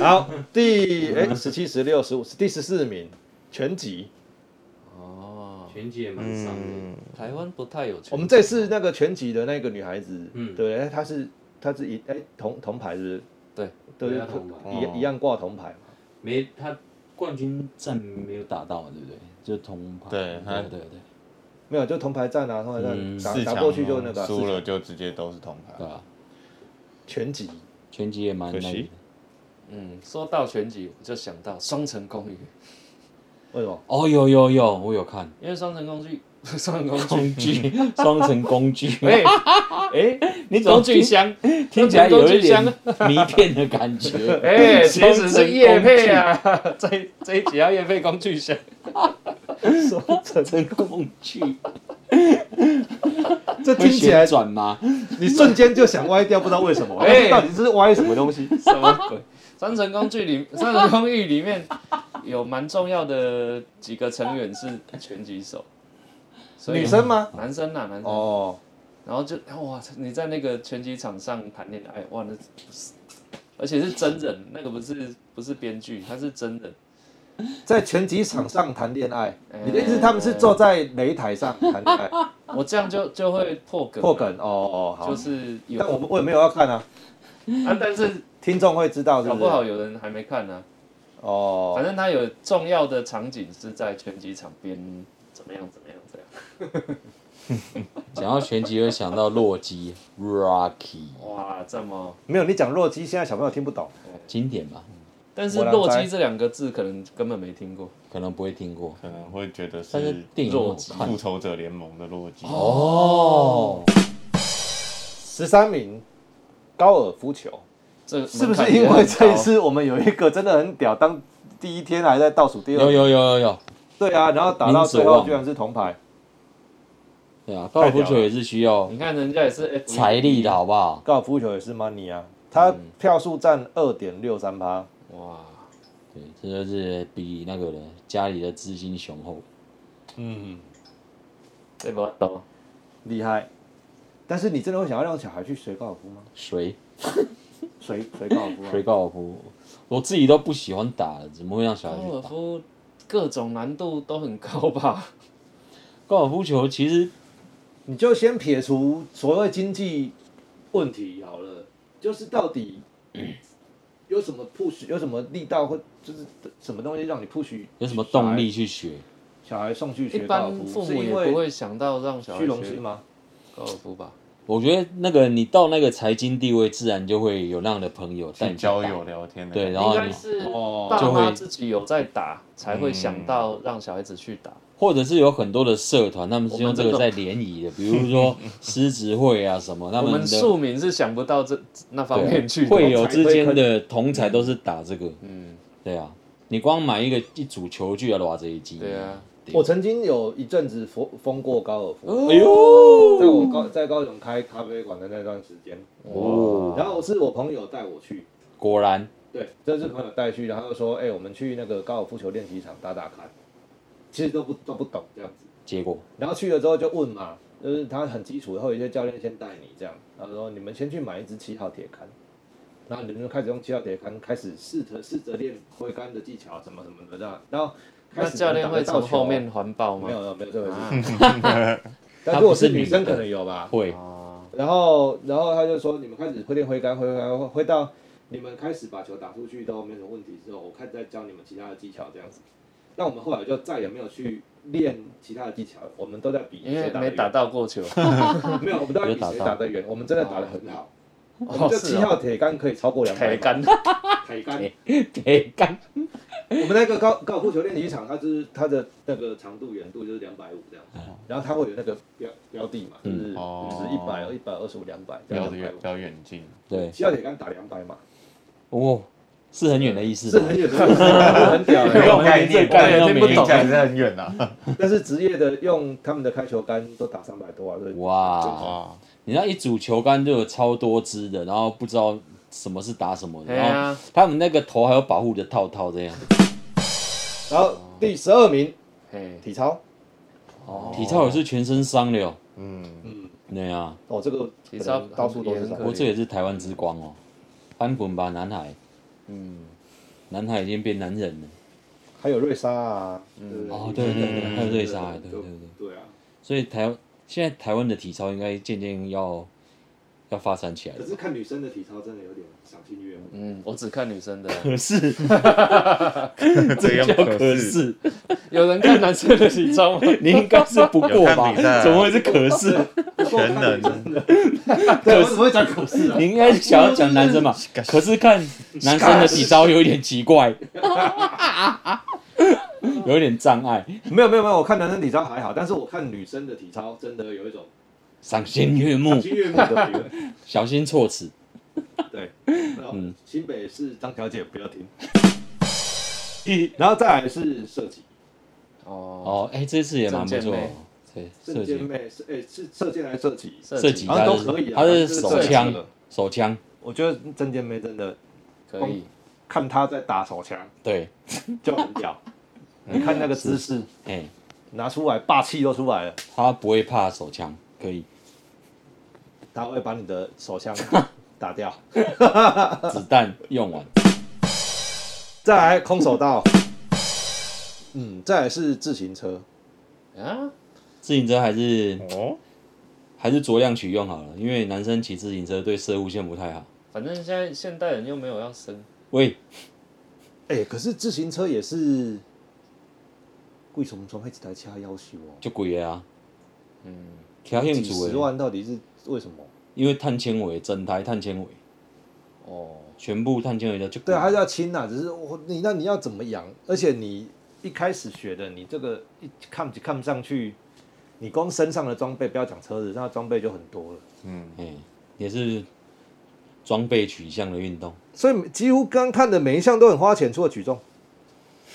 [SPEAKER 3] 好，第哎十七、十六、十五，第十四名，全集。
[SPEAKER 1] 哦，
[SPEAKER 4] 拳击也蛮伤的。
[SPEAKER 2] 嗯，
[SPEAKER 1] 台湾不太有。
[SPEAKER 3] 我们这次那个全集的那个女孩子，
[SPEAKER 4] 嗯
[SPEAKER 3] 对，哎她是她是一哎铜铜牌是不是
[SPEAKER 1] 对？
[SPEAKER 3] 都
[SPEAKER 4] 对
[SPEAKER 3] 是
[SPEAKER 4] 啊铜牌
[SPEAKER 2] 哦
[SPEAKER 3] 一一样挂铜牌嘛。
[SPEAKER 4] 没他冠军战没有打到嘛，对不对？就铜牌。
[SPEAKER 2] 对他
[SPEAKER 4] 对对对，
[SPEAKER 3] 没有，就铜牌战啊，铜牌
[SPEAKER 4] 嗯
[SPEAKER 3] 战
[SPEAKER 2] 四强
[SPEAKER 3] 打打过去
[SPEAKER 1] 哦
[SPEAKER 3] 就那个啊
[SPEAKER 2] 输
[SPEAKER 3] 四
[SPEAKER 2] 了就直接都是铜牌
[SPEAKER 4] 对。啊，
[SPEAKER 3] 全集。
[SPEAKER 4] 拳击也蛮
[SPEAKER 2] 可惜
[SPEAKER 4] 那个的。
[SPEAKER 1] 嗯，说到全集，我就想到双城公寓，
[SPEAKER 3] 为 什么？
[SPEAKER 4] 哦，有有有，我有看
[SPEAKER 1] 因为双城公寓， 双城 公寓，
[SPEAKER 4] 具 双层工具，
[SPEAKER 1] 哎
[SPEAKER 4] 哎，你怎么
[SPEAKER 1] 工具
[SPEAKER 4] 听
[SPEAKER 1] 箱，
[SPEAKER 4] 听起来有一点
[SPEAKER 1] 工具
[SPEAKER 4] 迷骗的感觉？
[SPEAKER 1] 哎，其
[SPEAKER 4] 双
[SPEAKER 1] 实
[SPEAKER 4] 层
[SPEAKER 1] 是叶
[SPEAKER 4] 工具
[SPEAKER 1] 配，啊， 这这一集要叶配工具箱，
[SPEAKER 4] 双层工 具，
[SPEAKER 3] 这
[SPEAKER 4] 会
[SPEAKER 3] 听起来
[SPEAKER 4] 旋转吗？
[SPEAKER 3] 你瞬间就想歪掉，不知道为什么。
[SPEAKER 1] 哎
[SPEAKER 3] 哎，到底是歪什么东西？
[SPEAKER 1] 什么鬼？双城公寓里，双城公寓里面有蛮重要的几个成员是拳击手， 所以
[SPEAKER 3] 女生吗？
[SPEAKER 1] 男生啊，男生。
[SPEAKER 3] 哦，
[SPEAKER 1] 然后就哇，你在那个拳击场上谈恋爱，哇，那而且是真人，那个不是不是编剧，他是真人。
[SPEAKER 3] 在拳击场上谈恋爱，
[SPEAKER 1] 哎
[SPEAKER 3] 你的意思他们是坐在擂台上谈恋 爱？
[SPEAKER 1] 我这样就就会破梗，
[SPEAKER 3] 破，梗哦哦，好
[SPEAKER 1] 就。是有
[SPEAKER 3] 但我们我也没有要看啊，
[SPEAKER 1] 啊，但是
[SPEAKER 3] 听众会知道是
[SPEAKER 1] 搞
[SPEAKER 3] 不
[SPEAKER 1] 不好
[SPEAKER 3] 是？
[SPEAKER 1] 有人还没看呢、
[SPEAKER 3] 哦
[SPEAKER 1] 反，正他有重要的场景是在拳击场边，怎么样怎么样这样。
[SPEAKER 4] 讲到拳击，会想到洛基 （Rocky），
[SPEAKER 1] 哇，这么，
[SPEAKER 3] 没有，你讲洛基，现在小朋友听不懂。
[SPEAKER 4] 经典吧？
[SPEAKER 1] 但是
[SPEAKER 3] 我来
[SPEAKER 1] 洛
[SPEAKER 3] 猜
[SPEAKER 1] 基这两个字可能根本没听过。
[SPEAKER 4] 可能不会听过，
[SPEAKER 2] 可能会觉得
[SPEAKER 4] 但是
[SPEAKER 2] 是
[SPEAKER 4] 电影
[SPEAKER 1] 洛
[SPEAKER 4] 我
[SPEAKER 1] 基
[SPEAKER 4] 看
[SPEAKER 2] 复仇者联盟的洛基，
[SPEAKER 4] 哦，
[SPEAKER 3] 十三名，高尔夫球，
[SPEAKER 1] 这
[SPEAKER 3] 是不
[SPEAKER 1] 门
[SPEAKER 3] 是
[SPEAKER 1] 槛也
[SPEAKER 3] 因为
[SPEAKER 1] 很
[SPEAKER 3] 这一
[SPEAKER 1] 高
[SPEAKER 3] 次我们有一个真的很屌，当第一天还在倒数第
[SPEAKER 4] 有
[SPEAKER 3] 二，
[SPEAKER 4] 有有有有，
[SPEAKER 3] 对啊，然后打到最
[SPEAKER 4] 林子
[SPEAKER 3] 后
[SPEAKER 4] 旺
[SPEAKER 3] 居然是铜牌，
[SPEAKER 4] 对啊，高尔夫球也是需要
[SPEAKER 1] 你看人家也是 F1
[SPEAKER 4] 财力的，好不好？
[SPEAKER 3] 高尔夫球也是 money 啊，他票数占二点六三趴，
[SPEAKER 1] 哇，
[SPEAKER 4] 对，这就是比那个人家里的资金雄厚。
[SPEAKER 3] 嗯，
[SPEAKER 1] 这把刀，
[SPEAKER 3] 厉害。但是你真的会想要让小孩去学高尔夫吗？
[SPEAKER 4] 谁
[SPEAKER 3] 学学高尔夫
[SPEAKER 4] 谁
[SPEAKER 3] 啊？
[SPEAKER 4] 高尔夫，我自己都不喜欢打了，怎么会让小
[SPEAKER 1] 高
[SPEAKER 4] 孩
[SPEAKER 1] 尔
[SPEAKER 4] 去打？
[SPEAKER 1] 夫各种难度都很高吧？
[SPEAKER 4] 高尔夫球其实
[SPEAKER 3] 你就先撇除所谓经济问题好了，就是到底有什么 push，有什么力道，或就是什么东西让你 push
[SPEAKER 4] 有什么动力去学？
[SPEAKER 3] 小孩送去
[SPEAKER 1] 一
[SPEAKER 3] 学高尔
[SPEAKER 1] 般
[SPEAKER 3] 夫？
[SPEAKER 1] 父
[SPEAKER 3] 是
[SPEAKER 1] 母也
[SPEAKER 3] 因
[SPEAKER 1] 不
[SPEAKER 3] 为
[SPEAKER 1] 会想到让小孩
[SPEAKER 3] 虚荣
[SPEAKER 1] 学
[SPEAKER 3] 心吗？
[SPEAKER 1] 高尔夫吧？
[SPEAKER 4] 我觉得那个你到那个财经地位，自然就会有那样的朋友
[SPEAKER 2] 去
[SPEAKER 4] 带你去
[SPEAKER 2] 交
[SPEAKER 4] 打
[SPEAKER 2] 友聊天的
[SPEAKER 4] 对，
[SPEAKER 2] 感觉，
[SPEAKER 4] 然后
[SPEAKER 1] 应该
[SPEAKER 4] 你
[SPEAKER 1] 是
[SPEAKER 3] 哦
[SPEAKER 1] 爸
[SPEAKER 4] 就
[SPEAKER 1] 妈
[SPEAKER 4] 会嗯
[SPEAKER 1] 自己有在打，才会想到让小孩子去打。
[SPEAKER 4] 或者是有很多的社团，他们是用这
[SPEAKER 1] 我
[SPEAKER 4] 个
[SPEAKER 1] 们这
[SPEAKER 4] 在联谊的，比 如说狮子会啊什么，他
[SPEAKER 1] 我
[SPEAKER 4] 们
[SPEAKER 1] 们
[SPEAKER 4] 的
[SPEAKER 1] 庶民是想不到这那方面去
[SPEAKER 4] 对
[SPEAKER 1] 的。
[SPEAKER 4] 会友之间的同才都是打这个，
[SPEAKER 1] 嗯，
[SPEAKER 4] 对啊，你光买一个一组球具要偌这一斤，
[SPEAKER 1] 对啊，
[SPEAKER 3] 我曾经有一阵子疯疯过高尔夫，
[SPEAKER 1] 哦
[SPEAKER 4] 哎呦，
[SPEAKER 3] 在我高在高雄开咖啡馆的那段时间，
[SPEAKER 4] 哦
[SPEAKER 3] 然后是我朋友带我去，
[SPEAKER 4] 果然
[SPEAKER 3] 对，这是朋友带去，然后说，哎、我们去那个高尔夫球练习场打打看，其实都不都不懂这样子，
[SPEAKER 4] 结果
[SPEAKER 3] 然后去了之后就问嘛，就是他很基础，会有一些教练先带你这样，然后说你们先去买一支七号铁杆，然后你们就开始用七号铁杆开始试着试着练挥杆的技巧什么什么的这样，然后开
[SPEAKER 1] 那
[SPEAKER 3] 始
[SPEAKER 1] 教练会
[SPEAKER 3] 打得
[SPEAKER 1] 从
[SPEAKER 3] 到球啊
[SPEAKER 1] 后面环抱
[SPEAKER 3] 没有
[SPEAKER 1] 吗？
[SPEAKER 3] 没有没有这回事，
[SPEAKER 1] 啊，
[SPEAKER 3] 但
[SPEAKER 4] 她
[SPEAKER 3] 如果
[SPEAKER 4] 不是
[SPEAKER 3] 是女
[SPEAKER 4] 女
[SPEAKER 3] 生
[SPEAKER 4] 的
[SPEAKER 3] 可能有吧，
[SPEAKER 4] 会
[SPEAKER 3] 然后，然后他就说，你们开始挥练挥杆，挥挥杆，挥到你们开始把球打出去都没什么问题之后，我开始再教你们其他的技巧这样子。那我们后来就再也没有去练其他的技巧，我们都在比
[SPEAKER 1] 因
[SPEAKER 3] 谁
[SPEAKER 1] 为
[SPEAKER 3] 打
[SPEAKER 1] 没
[SPEAKER 3] 得
[SPEAKER 1] 打
[SPEAKER 3] 远。
[SPEAKER 1] 到过 球。哦
[SPEAKER 3] 没有，我们都在
[SPEAKER 4] 有
[SPEAKER 3] 比
[SPEAKER 4] 打
[SPEAKER 3] 谁
[SPEAKER 4] 到
[SPEAKER 3] 打得远。我们真的打得很好，我
[SPEAKER 1] 哦
[SPEAKER 3] 们，这
[SPEAKER 1] 是
[SPEAKER 3] 七
[SPEAKER 1] 哦，
[SPEAKER 3] 号铁杆可以超过两
[SPEAKER 1] 铁
[SPEAKER 3] 百码。
[SPEAKER 1] 杆，
[SPEAKER 4] 哦
[SPEAKER 3] 铁杆，
[SPEAKER 1] 哎
[SPEAKER 4] 铁杆，
[SPEAKER 3] 我们那个高高尔夫球练习场，它就是它的那个长度、圆度就是两百五这样子，然后它会有那个标标的嘛，就是
[SPEAKER 2] 嗯哦
[SPEAKER 3] 就是一百、一百二十五、两百，
[SPEAKER 2] 标
[SPEAKER 3] 两
[SPEAKER 2] 的
[SPEAKER 3] 百
[SPEAKER 2] 远标远近，
[SPEAKER 4] 对，
[SPEAKER 3] 七号铁杆打两百嘛，
[SPEAKER 4] 哦，是很远的意思
[SPEAKER 3] 是
[SPEAKER 4] 吧。
[SPEAKER 3] 很远的，很屌
[SPEAKER 4] 没有
[SPEAKER 3] 的。
[SPEAKER 4] 概念
[SPEAKER 1] 概念都没有
[SPEAKER 2] 听起来是很远 啊。
[SPEAKER 3] 但是职业的用他们的开球杆都打三百多啊，所以
[SPEAKER 4] 哇，
[SPEAKER 2] 哇，
[SPEAKER 4] 你知道一组球杆就有超多支的，然后不知道什么是打什么的，
[SPEAKER 1] 哎
[SPEAKER 4] 然后
[SPEAKER 1] 呀，
[SPEAKER 4] 他们那个头还有保护的套套这样。
[SPEAKER 3] 然后第十二名
[SPEAKER 1] 哎，
[SPEAKER 3] 体操，
[SPEAKER 1] 哦
[SPEAKER 4] 体操也是全身伤的哟。
[SPEAKER 2] 嗯，
[SPEAKER 3] 嗯，
[SPEAKER 4] 对啊，
[SPEAKER 3] 哦，这个
[SPEAKER 1] 体操
[SPEAKER 3] 可能到处都是
[SPEAKER 1] 也
[SPEAKER 3] 伤
[SPEAKER 1] 很
[SPEAKER 4] 不
[SPEAKER 1] 可
[SPEAKER 4] 过这也是台湾之光哦，翻滚吧南海，
[SPEAKER 2] 嗯，
[SPEAKER 4] 南海已经变男人了。
[SPEAKER 3] 还有瑞莎啊，嗯
[SPEAKER 4] 哦，对对对，还有瑞莎，对对对。
[SPEAKER 3] 对啊。
[SPEAKER 4] 所以台现在台湾的体操应该渐渐要要发展起来
[SPEAKER 3] 可
[SPEAKER 4] 了。
[SPEAKER 3] 是看女生的体操真的有点赏心悦目。
[SPEAKER 1] 嗯，我只看女生的，
[SPEAKER 4] 可是，
[SPEAKER 2] 这样
[SPEAKER 4] 叫可是，
[SPEAKER 1] 有人看男生的体操吗？
[SPEAKER 4] 你应该是不过
[SPEAKER 2] 有
[SPEAKER 4] 吧
[SPEAKER 2] 看？比赛啊
[SPEAKER 4] 怎么会是可是？
[SPEAKER 2] 全能
[SPEAKER 3] 的， 对，我怎么会讲口试 啊
[SPEAKER 4] 你？应该想要讲男生嘛？可是看男生的体操有一点奇怪， 有一点障碍，
[SPEAKER 3] 没有没有没有，我看男生体操还好，但是我看女生的体操真的有一种
[SPEAKER 4] 赏心悦目
[SPEAKER 3] 赏，心悦目 的感觉。
[SPEAKER 4] 小心措辞。
[SPEAKER 3] 对，嗯，新北市张小姐不要听。然后再来是射击，
[SPEAKER 1] 哦，
[SPEAKER 4] 哦，哎、这次也蛮不
[SPEAKER 1] 证件
[SPEAKER 4] 错
[SPEAKER 1] 妹，
[SPEAKER 4] 对，
[SPEAKER 3] 射
[SPEAKER 4] 射
[SPEAKER 3] 箭
[SPEAKER 4] 击
[SPEAKER 3] 妹是哎是射箭还是射击？
[SPEAKER 4] 射击
[SPEAKER 3] 好像都可以啊，
[SPEAKER 4] 他是
[SPEAKER 3] 反正
[SPEAKER 4] 手
[SPEAKER 3] 射击
[SPEAKER 4] 枪
[SPEAKER 3] 的
[SPEAKER 4] 手枪，
[SPEAKER 3] 我觉得郑健妹真的
[SPEAKER 1] 可
[SPEAKER 4] 哦
[SPEAKER 1] 以，
[SPEAKER 3] 看她在打手枪
[SPEAKER 4] 对，
[SPEAKER 3] 就很 屌，你看那个姿势
[SPEAKER 4] 哎、
[SPEAKER 3] 拿出来，霸气都出来了。
[SPEAKER 4] 他不会怕手枪，可以，
[SPEAKER 3] 他会把你的手枪打掉。
[SPEAKER 4] 子弹用完，
[SPEAKER 3] 再来空手道，嗯，再来是自行车，
[SPEAKER 1] 啊，
[SPEAKER 4] 自行车还是
[SPEAKER 2] 哦，
[SPEAKER 4] 还是酌量取用好了，因为男生骑自行车对射弧线不太好。
[SPEAKER 1] 反正现在现代人又没有要生，
[SPEAKER 4] 喂，
[SPEAKER 3] 哎、可是自行车也是，为什么从一直台掐要求哦？
[SPEAKER 4] 就鬼啊，
[SPEAKER 1] 嗯，
[SPEAKER 4] 调兴
[SPEAKER 3] 几
[SPEAKER 4] 趣
[SPEAKER 3] 十
[SPEAKER 4] 的，
[SPEAKER 3] 万到底是为什么？
[SPEAKER 4] 因为碳纤维，整台碳纤维，
[SPEAKER 1] 哦，
[SPEAKER 4] 全部碳纤维的就
[SPEAKER 3] 对啊，还是要轻啊，只是我你那你要怎么养？而且你一开始学的，你这个一看看不上去，你光身上的装备，不要讲车子，那装备就很多了。
[SPEAKER 2] 嗯，
[SPEAKER 4] 哎、也是装备取向的运动。
[SPEAKER 3] 所以几乎刚看的每一项都很花钱，除了举重，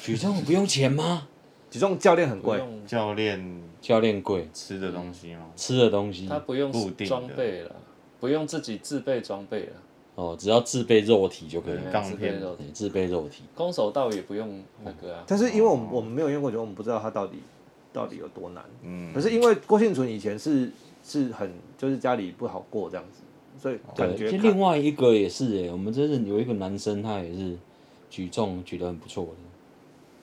[SPEAKER 4] 举重不用钱吗？
[SPEAKER 3] 举重教练很
[SPEAKER 1] 不
[SPEAKER 3] 贵。
[SPEAKER 1] 用，
[SPEAKER 2] 教练
[SPEAKER 4] 教练贵，
[SPEAKER 2] 吃的东西吗？
[SPEAKER 4] 吃的东西
[SPEAKER 1] 他不用
[SPEAKER 2] 固定的
[SPEAKER 1] 装备了，不用自己自备装备了，
[SPEAKER 4] 哦，只要自备肉体就可以
[SPEAKER 2] 对
[SPEAKER 4] 了。
[SPEAKER 1] 哎
[SPEAKER 2] 杠
[SPEAKER 1] 自备
[SPEAKER 2] 片
[SPEAKER 1] 肉
[SPEAKER 4] 对自备肉体，
[SPEAKER 1] 空手道也不用那个啊，
[SPEAKER 3] 但是因为我们我们没有用过，觉得我们不知道它到底到底有多难。
[SPEAKER 2] 嗯，
[SPEAKER 3] 可是因为郭幸存以前是是很就是家里不好过这样子，所以感
[SPEAKER 4] 对，
[SPEAKER 3] 觉
[SPEAKER 4] 其实
[SPEAKER 3] 看
[SPEAKER 4] 另外一个也是哎、我们真是有一个男生，他也是举重举得很不错的，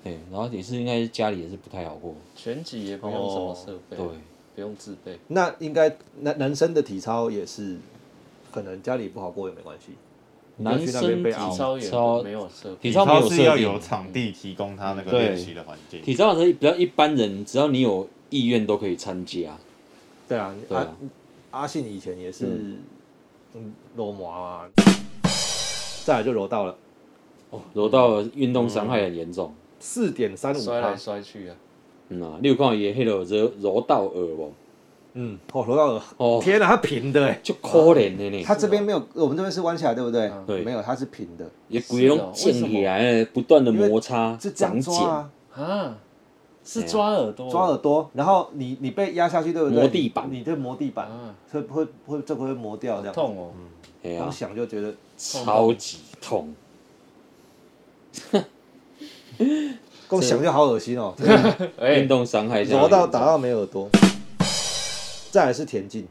[SPEAKER 4] 对，然后也是应该家里也是不太好过，
[SPEAKER 3] 哦
[SPEAKER 1] 拳击也不用什么设备，
[SPEAKER 4] 对，
[SPEAKER 1] 不用自备，
[SPEAKER 3] 那应该男男生的体操也是，可能家里不好过也没关系。
[SPEAKER 4] 男生
[SPEAKER 3] 你就去那边被
[SPEAKER 4] 体
[SPEAKER 3] 凹
[SPEAKER 1] 体操也
[SPEAKER 4] 操
[SPEAKER 1] 没有设备，
[SPEAKER 4] 体
[SPEAKER 2] 体
[SPEAKER 4] 操没
[SPEAKER 2] 操
[SPEAKER 4] 有
[SPEAKER 2] 是要
[SPEAKER 4] 设
[SPEAKER 2] 有
[SPEAKER 4] 定，
[SPEAKER 2] 场地提供他那个
[SPEAKER 4] 对
[SPEAKER 2] 练习的环 境，
[SPEAKER 4] 体操是比较一般人，只要你有意愿都可以参加，
[SPEAKER 3] 对啊，
[SPEAKER 4] 对啊，
[SPEAKER 3] 阿阿信以前也是，嗯，柔麻嘛，再来就柔道了，
[SPEAKER 4] 柔道运动伤害很严重，
[SPEAKER 3] 四点三五
[SPEAKER 1] 摔
[SPEAKER 3] 趴
[SPEAKER 1] 来，摔去啊，
[SPEAKER 4] 嗯啊，你有看也迄个柔柔道耳不？
[SPEAKER 3] 嗯，哦，柔道，
[SPEAKER 4] 哦，
[SPEAKER 3] 天哪，它平的哎、
[SPEAKER 4] 就可怜的呢，
[SPEAKER 3] 它这边没有，我们这边是弯起来，对不对？
[SPEAKER 4] 嗯对
[SPEAKER 3] 没有，它是平的，
[SPEAKER 4] 也鬼拢溅起来，不断的摩擦，
[SPEAKER 3] 是这样
[SPEAKER 4] 长茧，
[SPEAKER 3] 抓啊。
[SPEAKER 1] 啊，是抓耳朵，
[SPEAKER 3] 哎抓耳朵，然后你你被压下去，对不对？
[SPEAKER 4] 磨地板嗯
[SPEAKER 3] 你这磨地板
[SPEAKER 1] 啊，
[SPEAKER 3] 会会会这个会磨掉
[SPEAKER 1] 好
[SPEAKER 3] 这样。，
[SPEAKER 1] 痛哦，
[SPEAKER 4] 哎呀
[SPEAKER 3] 光，想就觉得
[SPEAKER 4] 超级痛。
[SPEAKER 3] 光想就好恶心哦，
[SPEAKER 1] 哎
[SPEAKER 4] 运，动伤害下，
[SPEAKER 3] 磨到打到没耳朵。再来是田径，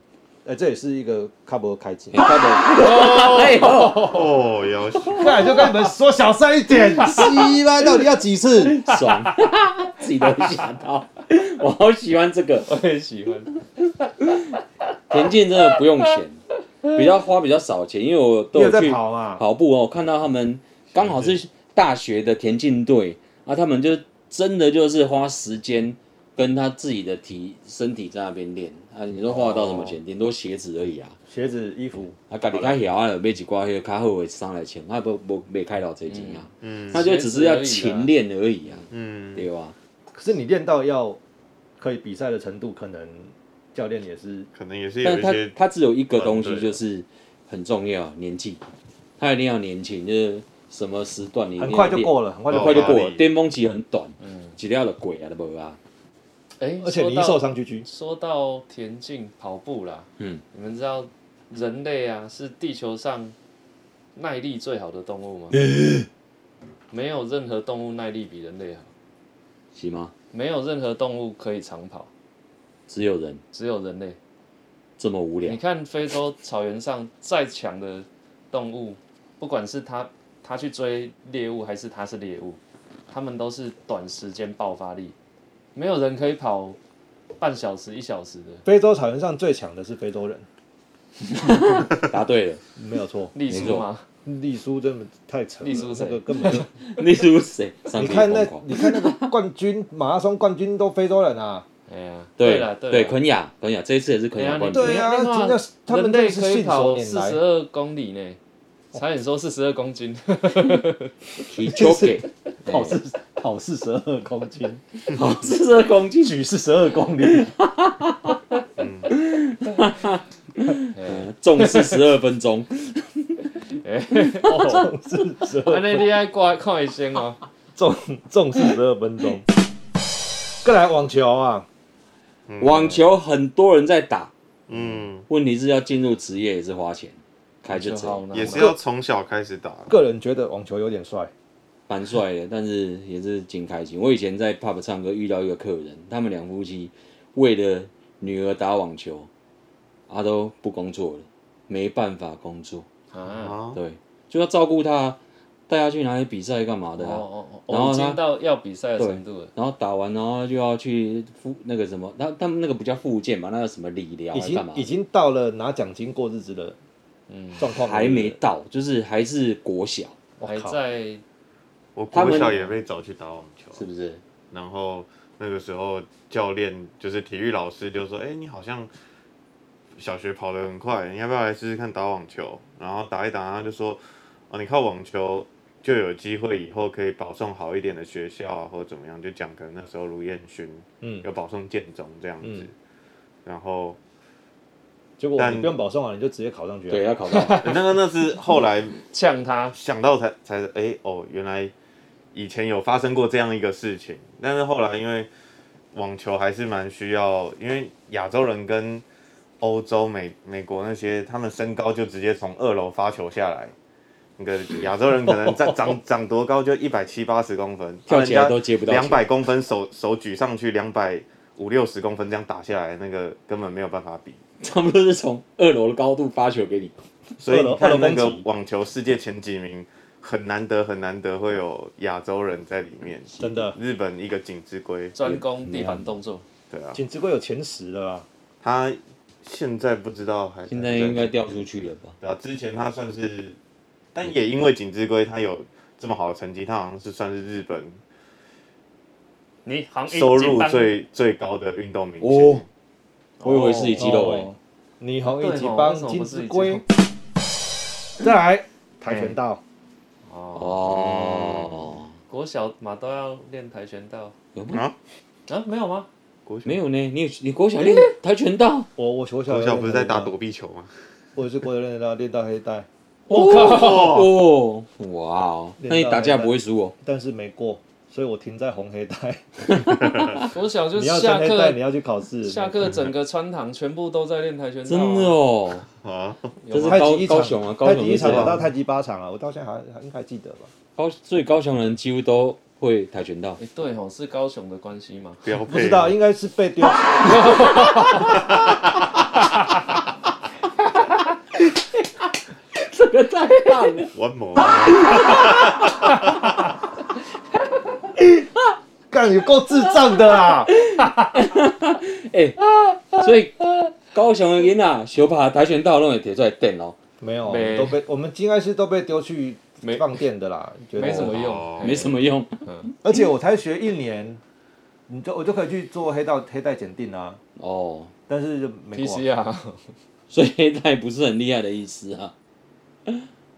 [SPEAKER 3] 呃，这也是一个卡博开机。
[SPEAKER 4] 哎，哎呦，
[SPEAKER 2] 哦，有
[SPEAKER 3] 再来就跟你们说小声一 点，鸡巴到底要几次？
[SPEAKER 4] 爽， 自己都吓到，我好喜欢这个
[SPEAKER 1] 我也喜欢，
[SPEAKER 4] 田径，真的不用钱，比较花比较少钱，因为我都
[SPEAKER 3] 你有在
[SPEAKER 4] 去
[SPEAKER 3] 跑啊嘛？
[SPEAKER 4] 跑步哦，我看到他们刚好是大学的田径队啊，他们就真的就是花时间跟他自己的体身体在那边练啊。你说花得到什么
[SPEAKER 3] 哦
[SPEAKER 4] 钱？顶多鞋子而已啊。
[SPEAKER 3] 鞋子、衣服，
[SPEAKER 4] 啊，家己较晓啊，买一寡迄个较好诶衫来穿，啊，无无袂开偌济钱啊。
[SPEAKER 2] 嗯
[SPEAKER 4] 他就只是要勤练而已啊，
[SPEAKER 2] 嗯，
[SPEAKER 4] 对吧？
[SPEAKER 3] 可是你练到要可以比赛的程度，可能教练也是
[SPEAKER 2] 可能也是有
[SPEAKER 4] 但
[SPEAKER 2] 一
[SPEAKER 4] 他
[SPEAKER 2] 些
[SPEAKER 4] 他只有一个东
[SPEAKER 2] 团队
[SPEAKER 4] 西
[SPEAKER 2] 啊
[SPEAKER 4] 就是很重要，年纪，他一定要年轻，就是什么时段你一定
[SPEAKER 3] 很
[SPEAKER 4] 要
[SPEAKER 3] 快就
[SPEAKER 4] 练哦
[SPEAKER 3] 过了，很快就
[SPEAKER 4] 很
[SPEAKER 3] 过
[SPEAKER 4] 快就
[SPEAKER 3] 了，
[SPEAKER 4] 过
[SPEAKER 2] 压
[SPEAKER 4] 了，
[SPEAKER 2] 力
[SPEAKER 4] 巅峰期很短，
[SPEAKER 1] 嗯，
[SPEAKER 4] 一了就过啊，都无啊。
[SPEAKER 1] 哎，
[SPEAKER 3] 而且你一
[SPEAKER 1] 说到
[SPEAKER 3] 受伤就居
[SPEAKER 1] 说到田径跑步啦，
[SPEAKER 4] 嗯，
[SPEAKER 1] 你们知道人类啊是地球上耐力最好的动物吗？没有任何动物耐力比人类好，
[SPEAKER 4] 是吗？
[SPEAKER 1] 没有任何动物可以长跑，
[SPEAKER 4] 只有人
[SPEAKER 1] 只有人类。
[SPEAKER 4] 这么无聊
[SPEAKER 1] 你，看非洲草原上再强的动物，不管是它它去追猎物，还是它是猎物，它们都是短时间爆发力，没有人可以跑半小时、一小时的。
[SPEAKER 3] 非洲草原上最强的是非洲人，
[SPEAKER 4] 答对了。
[SPEAKER 3] 没有错。
[SPEAKER 1] 隶
[SPEAKER 4] 没
[SPEAKER 1] 书
[SPEAKER 4] 错
[SPEAKER 1] 吗？
[SPEAKER 3] 丽苏真的太扯了，
[SPEAKER 1] 丽苏
[SPEAKER 3] 这
[SPEAKER 1] 谁
[SPEAKER 3] 个根本就
[SPEAKER 4] 你是谁？ 上
[SPEAKER 3] 你
[SPEAKER 4] 帝
[SPEAKER 3] 看那
[SPEAKER 4] 疯狂。
[SPEAKER 3] 你看那个冠军马拉松冠军都非洲人啊，
[SPEAKER 1] 哎呀，
[SPEAKER 4] 对
[SPEAKER 1] 了，
[SPEAKER 4] 对，
[SPEAKER 1] 了，
[SPEAKER 4] 肯雅，肯雅这一次也是肯雅冠军
[SPEAKER 1] 对啊。
[SPEAKER 3] 对啊，
[SPEAKER 1] 另外
[SPEAKER 3] 那他们
[SPEAKER 1] 人
[SPEAKER 3] 那
[SPEAKER 1] 类
[SPEAKER 3] 是
[SPEAKER 1] 可以
[SPEAKER 3] 信手
[SPEAKER 1] 跑
[SPEAKER 3] 拈
[SPEAKER 1] 四
[SPEAKER 3] 来
[SPEAKER 1] 十。二公里呢，差点说四十二公 斤。
[SPEAKER 4] 你就给
[SPEAKER 3] 跑四跑四十二公 斤，
[SPEAKER 4] 好哦四十二公斤，
[SPEAKER 3] 举四十二公里，
[SPEAKER 1] 哎
[SPEAKER 4] 重四十二分钟，
[SPEAKER 3] 重四十
[SPEAKER 1] 安
[SPEAKER 3] 二，
[SPEAKER 1] 尼啊你爱挂看医生 哦。
[SPEAKER 3] 重重四十二分钟。再来网球啊，
[SPEAKER 4] 网球很多人在打，
[SPEAKER 2] 嗯，
[SPEAKER 4] 问题是要进入职业也是花钱，开就
[SPEAKER 1] 好
[SPEAKER 4] 走，
[SPEAKER 1] 难哦
[SPEAKER 2] 也是要从小开始打，
[SPEAKER 3] 个人觉得网球有点帅，
[SPEAKER 4] 蛮帅的，但是也是挺开心。我以前在 pub 唱歌遇到一个客人，他们两夫妻为了女儿打网球，他、都不工作了，没办法工作，嗯
[SPEAKER 1] 啊。
[SPEAKER 2] 啊，
[SPEAKER 4] 对，就要照顾她，带她去哪里比赛干嘛
[SPEAKER 1] 哦
[SPEAKER 4] 的啊、
[SPEAKER 1] 哦
[SPEAKER 4] 然
[SPEAKER 1] 哦，
[SPEAKER 4] 后
[SPEAKER 1] 已
[SPEAKER 4] 呢
[SPEAKER 1] 经到要比赛的程度了。
[SPEAKER 4] 然后打完，然后就要去复那个什么，他他们那个不叫复健嘛，那个什么理疗
[SPEAKER 3] 已
[SPEAKER 4] 还是
[SPEAKER 3] 经
[SPEAKER 4] 干嘛？
[SPEAKER 3] 已经到了拿奖金过日子的
[SPEAKER 1] 嗯，
[SPEAKER 3] 状况了，
[SPEAKER 4] 还没到，就是还是国小，
[SPEAKER 3] 我
[SPEAKER 1] 还
[SPEAKER 3] 靠
[SPEAKER 1] 在
[SPEAKER 2] 我
[SPEAKER 4] 他
[SPEAKER 2] 国
[SPEAKER 4] 们
[SPEAKER 2] 小也被找去打网球，啊
[SPEAKER 4] 是不是？
[SPEAKER 2] 然后那个时候教练就是体育老师就说：“哎、你好像小学跑得很快，你要不要来试试看打网球？”然后打一打，他就说：“哦，你靠网球就有机会以后可以保送好一点的学校啊，或者怎么样。”就讲可能那时候卢彦勋
[SPEAKER 3] 嗯，
[SPEAKER 2] 有保送建中这样子，
[SPEAKER 3] 嗯
[SPEAKER 2] 然后
[SPEAKER 3] 结果
[SPEAKER 2] 但
[SPEAKER 3] 你不用保送啊，你就直接考上去啊。
[SPEAKER 4] 对，要考到
[SPEAKER 2] 那个那是后来
[SPEAKER 1] 呛他。
[SPEAKER 2] 想到才才哎、哦，原来以前有发生过这样一个事情，但是后来因为网球还是蛮需要，因为亚洲人跟欧洲、美美国那些，他们身高就直接从二楼发球下来。那个亚洲人可能在 长长多高就一百七八十公分，
[SPEAKER 4] 跳起来都接不到球
[SPEAKER 2] 两百公分手手举上去两百五六十公分这样打下来，那个根本没有办法比。
[SPEAKER 4] 他们都是从二楼的高度发球给你，
[SPEAKER 2] 所以
[SPEAKER 3] 二楼
[SPEAKER 2] 你看那
[SPEAKER 3] 二
[SPEAKER 2] 个
[SPEAKER 3] 楼攻击
[SPEAKER 2] 网球世界前几名，很难得很难得会有亚洲人在里面。
[SPEAKER 3] 真的，
[SPEAKER 2] 日本一个锦织圭，
[SPEAKER 1] 专攻地板动作，
[SPEAKER 2] 对啊，
[SPEAKER 3] 锦织圭有前十了啊。
[SPEAKER 2] 他现在不知道还
[SPEAKER 4] 现在应该掉出去了吧？
[SPEAKER 2] 对啊，之前他算是，但也因为锦织圭他有这么好的成绩，他好像是算是日本
[SPEAKER 1] 你行
[SPEAKER 2] 收入最最高的运动明
[SPEAKER 4] 哦
[SPEAKER 2] 星。
[SPEAKER 4] 我以为是以肌肉诶、
[SPEAKER 3] 哦你红一级
[SPEAKER 1] 对哦为
[SPEAKER 3] 帮
[SPEAKER 1] 什么
[SPEAKER 3] 金
[SPEAKER 1] 不是
[SPEAKER 3] 之
[SPEAKER 1] 一级
[SPEAKER 3] 龟，再来跆拳道，
[SPEAKER 1] 哦。
[SPEAKER 4] 哎哦，
[SPEAKER 1] 国小嘛都要练跆拳道
[SPEAKER 4] 有吗？
[SPEAKER 2] 啊，
[SPEAKER 1] 啊？没有 吗？
[SPEAKER 2] 国小
[SPEAKER 4] 没有呢，你有你国小练跆拳道，
[SPEAKER 3] 我我我小
[SPEAKER 2] 国小不是在打
[SPEAKER 3] 赌，
[SPEAKER 2] 躲避球吗？
[SPEAKER 3] 我也是国小练到练到黑带，
[SPEAKER 4] 我靠，哦，哇哦，那你打架不会输哦，
[SPEAKER 3] 但是没过，所以我停在红黑带。
[SPEAKER 1] 国小就
[SPEAKER 3] 你要升
[SPEAKER 1] 下
[SPEAKER 3] 黑带，你
[SPEAKER 1] 课，
[SPEAKER 3] 要去考试。
[SPEAKER 1] 下 课整个穿堂全部都在练跆拳道、
[SPEAKER 4] 真的，哦，
[SPEAKER 2] 啊，
[SPEAKER 1] 有
[SPEAKER 4] 这是
[SPEAKER 1] 吗
[SPEAKER 3] 太极
[SPEAKER 4] 高
[SPEAKER 3] 一场
[SPEAKER 4] 高雄啊，高
[SPEAKER 3] 太
[SPEAKER 4] 雄
[SPEAKER 3] 极一
[SPEAKER 4] 是这
[SPEAKER 3] 场打
[SPEAKER 4] 样
[SPEAKER 3] 到太极八场啊，我到现在还还应该记得吧？
[SPEAKER 4] 高，所以高雄人几乎都会跆拳道。
[SPEAKER 1] 诶 对哦，是高雄的关系嘛？
[SPEAKER 2] 标配
[SPEAKER 3] 不知道，应该是被 丢。
[SPEAKER 4] 这个太棒了，
[SPEAKER 2] 玩魔。
[SPEAKER 3] 干，你够智障的啊 啦！
[SPEAKER 4] 哎、所以高雄的囡仔小拍跆拳道拢会摕出来电哦，
[SPEAKER 3] 没有，
[SPEAKER 1] 没
[SPEAKER 3] 都被我们应该是都被丢去
[SPEAKER 1] 没
[SPEAKER 3] 放电的啦，觉得
[SPEAKER 1] 没什么
[SPEAKER 2] 用
[SPEAKER 1] 用，
[SPEAKER 2] 哦
[SPEAKER 1] 诶
[SPEAKER 4] 没什么用。
[SPEAKER 3] 而且我才学一年，你就我就可以去做黑道黑带检定啊，
[SPEAKER 4] 哦，
[SPEAKER 3] 但是就没过啊
[SPEAKER 1] PCR
[SPEAKER 4] 所以黑带不是很厉害的意思啊。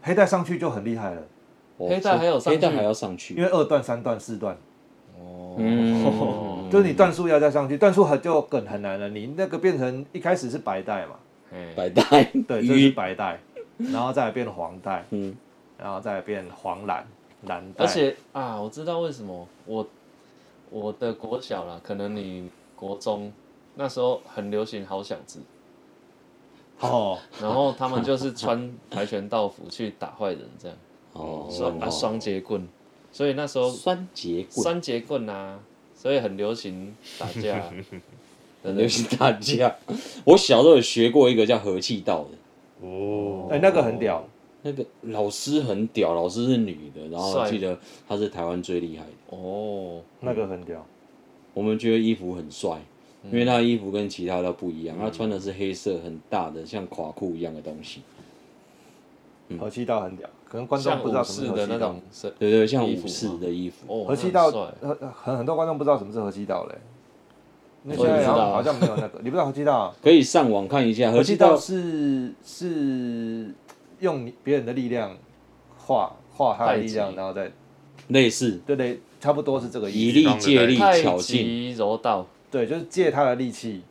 [SPEAKER 3] 黑带上去就很厉害了，
[SPEAKER 4] 哦
[SPEAKER 1] 黑带还有上
[SPEAKER 4] 黑
[SPEAKER 1] 去
[SPEAKER 4] 带还要上
[SPEAKER 3] 因
[SPEAKER 4] 去，
[SPEAKER 3] 为二段、三段、四段，
[SPEAKER 4] 嗯，
[SPEAKER 3] 就是你段数要再上去，段数很就更很难了。你那个变成一开始是白带嘛，
[SPEAKER 1] 哎
[SPEAKER 4] 白带，
[SPEAKER 3] 对，这是
[SPEAKER 4] 鱼，
[SPEAKER 3] 白带，然后再来变黄带，
[SPEAKER 4] 嗯，
[SPEAKER 3] 然后再来变黄蓝蓝带，
[SPEAKER 1] 而且啊，我知道为什么我我的国小啦，可能你国中那时候很流行好小子，
[SPEAKER 3] 哦，
[SPEAKER 1] 然后他们就是穿跆拳道服去打坏人，这样
[SPEAKER 4] 哦，
[SPEAKER 1] 双啊双节棍，所以那时候
[SPEAKER 4] 酸节棍，
[SPEAKER 1] 三节棍啊，所以很流行打架啊、
[SPEAKER 4] 很 流行打架。我小时候有学过一个叫和气道的，
[SPEAKER 2] 哦，
[SPEAKER 3] 哎，那个很屌，
[SPEAKER 4] 那个老师很屌，老师是女的，然后
[SPEAKER 1] 帅
[SPEAKER 4] 记得她是台湾最厉害的。
[SPEAKER 1] 哦，
[SPEAKER 3] 那个很屌，
[SPEAKER 4] 我们觉得衣服很帅，
[SPEAKER 1] 嗯
[SPEAKER 4] 因为她的衣服跟其他的不一样，她穿的是黑色很大的像垮裤一样的东西，嗯
[SPEAKER 3] 和气道很屌，可能观众
[SPEAKER 1] 像
[SPEAKER 3] 不知道
[SPEAKER 1] 武
[SPEAKER 3] 什
[SPEAKER 1] 士
[SPEAKER 3] 么是
[SPEAKER 1] 的
[SPEAKER 3] 和
[SPEAKER 1] 那
[SPEAKER 3] 气道
[SPEAKER 1] 种，是
[SPEAKER 4] 对对，像
[SPEAKER 1] 衣服
[SPEAKER 4] 武
[SPEAKER 1] 吗
[SPEAKER 4] 士的衣服。
[SPEAKER 1] 哦，
[SPEAKER 3] 和气
[SPEAKER 1] 那很
[SPEAKER 3] 道
[SPEAKER 1] 帅
[SPEAKER 3] 很很很多观众不知道什么是和气道嘞，那
[SPEAKER 4] 我
[SPEAKER 3] 现
[SPEAKER 4] 也不
[SPEAKER 3] 在
[SPEAKER 4] 知道啊
[SPEAKER 3] 好像没有那个，你不知道和气道 啊？
[SPEAKER 4] 可以上网看一下
[SPEAKER 3] 和
[SPEAKER 4] 和
[SPEAKER 3] 气
[SPEAKER 4] 气
[SPEAKER 3] 道
[SPEAKER 4] 道
[SPEAKER 3] 是是用你别人的力量化化他的力量，然后再
[SPEAKER 4] 类似
[SPEAKER 3] 对对，差不多是这个
[SPEAKER 4] 以
[SPEAKER 3] 意思。
[SPEAKER 4] 力借力
[SPEAKER 1] 太
[SPEAKER 4] 巧劲，
[SPEAKER 1] 极柔道，
[SPEAKER 3] 对，就是借他的力气，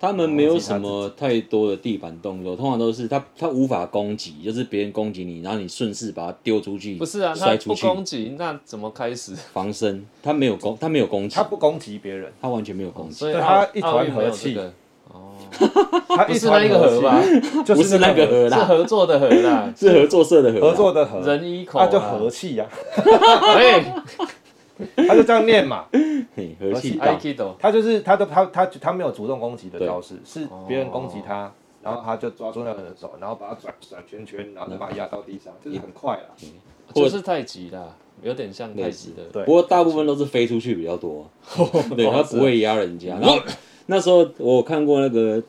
[SPEAKER 4] 他们没有什
[SPEAKER 1] 哦
[SPEAKER 4] 么太多的地板动作，通常都是他他无法攻击，就是别人攻击你，然后你顺势把它丢出去，
[SPEAKER 1] 不是啊，他
[SPEAKER 4] 摔出
[SPEAKER 1] 不
[SPEAKER 4] 去
[SPEAKER 1] 攻击，那怎么开始？
[SPEAKER 4] 防身，他没有攻，他没有攻击
[SPEAKER 3] 他，不攻击别人，
[SPEAKER 4] 他完全没有攻击，
[SPEAKER 1] 所以
[SPEAKER 3] 嗯对
[SPEAKER 1] 奥
[SPEAKER 3] 他一团
[SPEAKER 1] 奥运没有
[SPEAKER 3] 和气
[SPEAKER 1] 这个
[SPEAKER 3] 他
[SPEAKER 1] 不
[SPEAKER 3] 一
[SPEAKER 1] 是那
[SPEAKER 3] 团
[SPEAKER 1] 一个和吧？
[SPEAKER 3] 气， 就
[SPEAKER 4] 不是那个
[SPEAKER 3] 和
[SPEAKER 4] 和
[SPEAKER 1] 是
[SPEAKER 4] 啦，，
[SPEAKER 1] 合作的和啦
[SPEAKER 4] 是合作社的和啦，
[SPEAKER 3] 合作的和，
[SPEAKER 1] 人一口啊啦
[SPEAKER 3] 那啊就 和气呀，
[SPEAKER 1] 哎
[SPEAKER 3] 他就这样念嘛，
[SPEAKER 4] 嘿和气道，
[SPEAKER 1] ，Aikido，
[SPEAKER 3] 他就是他都他他他没有主动攻击的
[SPEAKER 4] 对
[SPEAKER 3] 招式，是别人攻击他。然后他就抓住那个人的手，然后把他转转圈圈，然后再把他压到地上，就是很快啦。
[SPEAKER 4] 或
[SPEAKER 1] 就是太极啦，有点像太极的。
[SPEAKER 3] 对
[SPEAKER 4] 不过大部分都是飞出去比较多，对他不会压人家。然后那时候我有看过那个，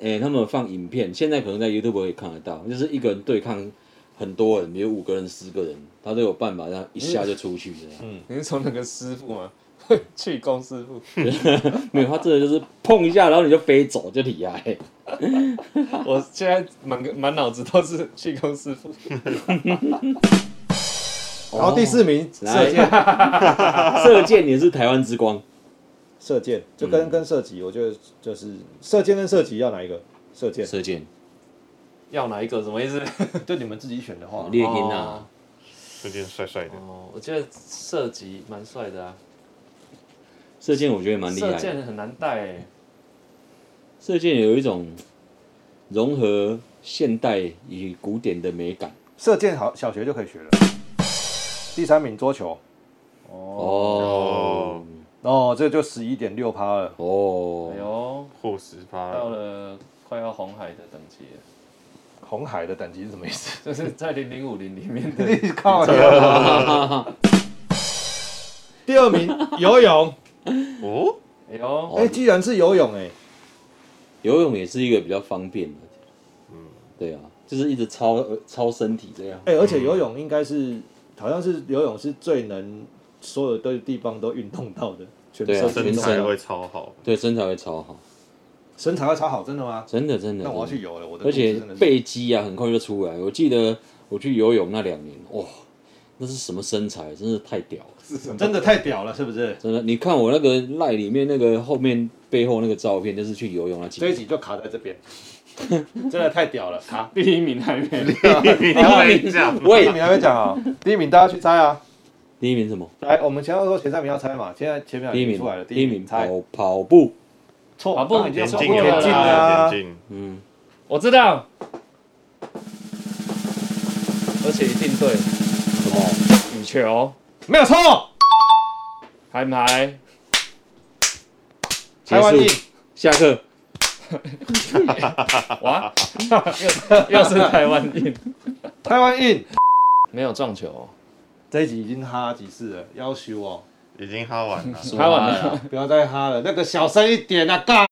[SPEAKER 4] 诶、他们有放影片，现在可能在 YouTube 可以看得到，就是一个人对抗很多人，比如五个人、十个人，他都有办法，这样一下就出去这样。
[SPEAKER 1] 嗯 你是从那个师傅吗？气功师傅，
[SPEAKER 4] 没有，他真的就是碰一下，然后你就飞走，就离开。
[SPEAKER 1] 我现在满个满脑子都是气功师傅。
[SPEAKER 3] 然后第四名射
[SPEAKER 4] 来
[SPEAKER 3] 箭，
[SPEAKER 4] 射箭也是台湾之光，
[SPEAKER 3] 射箭就跟、跟射击，我觉得就是射箭跟射击要哪一个？射箭，
[SPEAKER 4] 射箭
[SPEAKER 1] 要哪一个？什么意思？
[SPEAKER 3] 就你们自己选的话，
[SPEAKER 4] 猎鹰啊，
[SPEAKER 2] 最近帅帅的，
[SPEAKER 1] 哦，我觉得射击蛮帅的啊，
[SPEAKER 4] 射箭我觉得蛮厉害
[SPEAKER 1] 射
[SPEAKER 4] 的。
[SPEAKER 1] 箭很难带欸，
[SPEAKER 4] 射箭有一种融合现代与古典的美感。
[SPEAKER 3] 射箭好小学就可以学了。第三名桌球，
[SPEAKER 4] 哦
[SPEAKER 2] 哦
[SPEAKER 3] 哦，这就十一点六趴了。
[SPEAKER 4] 哦
[SPEAKER 1] 哎，呦，
[SPEAKER 2] 或十发
[SPEAKER 1] 到
[SPEAKER 2] 了，
[SPEAKER 1] 了快要红海的等级了，
[SPEAKER 3] 红海的等级是什么意思？
[SPEAKER 1] 就是在零零五零里面的。
[SPEAKER 3] 你靠呀！ 第二名游 泳，
[SPEAKER 2] 哦，
[SPEAKER 1] 哎呦，
[SPEAKER 3] 哎、既然是游泳、哎，
[SPEAKER 4] 游泳也是一个比较方便的，
[SPEAKER 3] 嗯
[SPEAKER 4] 对啊，就是一直操呃操身体这样，
[SPEAKER 3] 哎、而且游泳应该是好像是游泳是最能所有的地方都运动到的，全
[SPEAKER 4] 对啊
[SPEAKER 3] 身
[SPEAKER 4] 全
[SPEAKER 2] 身
[SPEAKER 3] 运动
[SPEAKER 2] 材
[SPEAKER 4] 身
[SPEAKER 3] 到
[SPEAKER 2] 会超好，
[SPEAKER 4] 对身材会超好，
[SPEAKER 3] 身材会超好，真的吗？
[SPEAKER 4] 真的真的。
[SPEAKER 3] 那我要
[SPEAKER 4] 真
[SPEAKER 3] 去
[SPEAKER 4] 的
[SPEAKER 3] 游了，我的
[SPEAKER 4] 而且
[SPEAKER 3] 肚子真的是
[SPEAKER 4] 背肌啊，很快就出来。我记得我去游泳那两年，哇，那是什么身材，真是太屌了！
[SPEAKER 3] 真的太屌了，是不是？
[SPEAKER 4] 真的，你看我那个赖里面那个后面背后那个照片，就是去游泳那几
[SPEAKER 3] 这一集就卡在这边， 真的太屌了，卡。
[SPEAKER 1] 第一名还没，
[SPEAKER 2] 你
[SPEAKER 4] 哎
[SPEAKER 2] 会讲，
[SPEAKER 3] 第一
[SPEAKER 4] 喂，
[SPEAKER 3] 名还没讲啊，第一名大家去猜啊。
[SPEAKER 4] 第一名什么？
[SPEAKER 3] 来，我们前面说前三名要猜嘛，现在前面
[SPEAKER 4] 第一
[SPEAKER 3] 已经
[SPEAKER 4] 名
[SPEAKER 3] 出来了，，
[SPEAKER 4] 第一名
[SPEAKER 3] 猜
[SPEAKER 4] 跑跑步，
[SPEAKER 3] 错，
[SPEAKER 1] 跑步
[SPEAKER 3] 刚刚已经
[SPEAKER 2] 眼
[SPEAKER 3] 说
[SPEAKER 2] 镜
[SPEAKER 3] 过
[SPEAKER 1] 了
[SPEAKER 2] 眼
[SPEAKER 3] 眼
[SPEAKER 2] 镜
[SPEAKER 3] 镜
[SPEAKER 2] 啊，
[SPEAKER 3] 啊
[SPEAKER 2] 眼，镜，
[SPEAKER 4] 嗯，
[SPEAKER 1] 我知道，而且一定对
[SPEAKER 4] 什么？
[SPEAKER 1] 羽球，
[SPEAKER 3] 没有错，
[SPEAKER 1] 还没还？
[SPEAKER 4] 结
[SPEAKER 3] 台湾
[SPEAKER 4] 束
[SPEAKER 3] 印，，
[SPEAKER 4] 下课。
[SPEAKER 1] 哇， 又又是台湾硬，
[SPEAKER 3] 台湾印。
[SPEAKER 1] 没有撞球，
[SPEAKER 3] 这一集已经哈几次了，要求哦，
[SPEAKER 2] 已经哈完了。
[SPEAKER 1] 台湾的。
[SPEAKER 3] 不要再哈了，那个小声一点啊，干。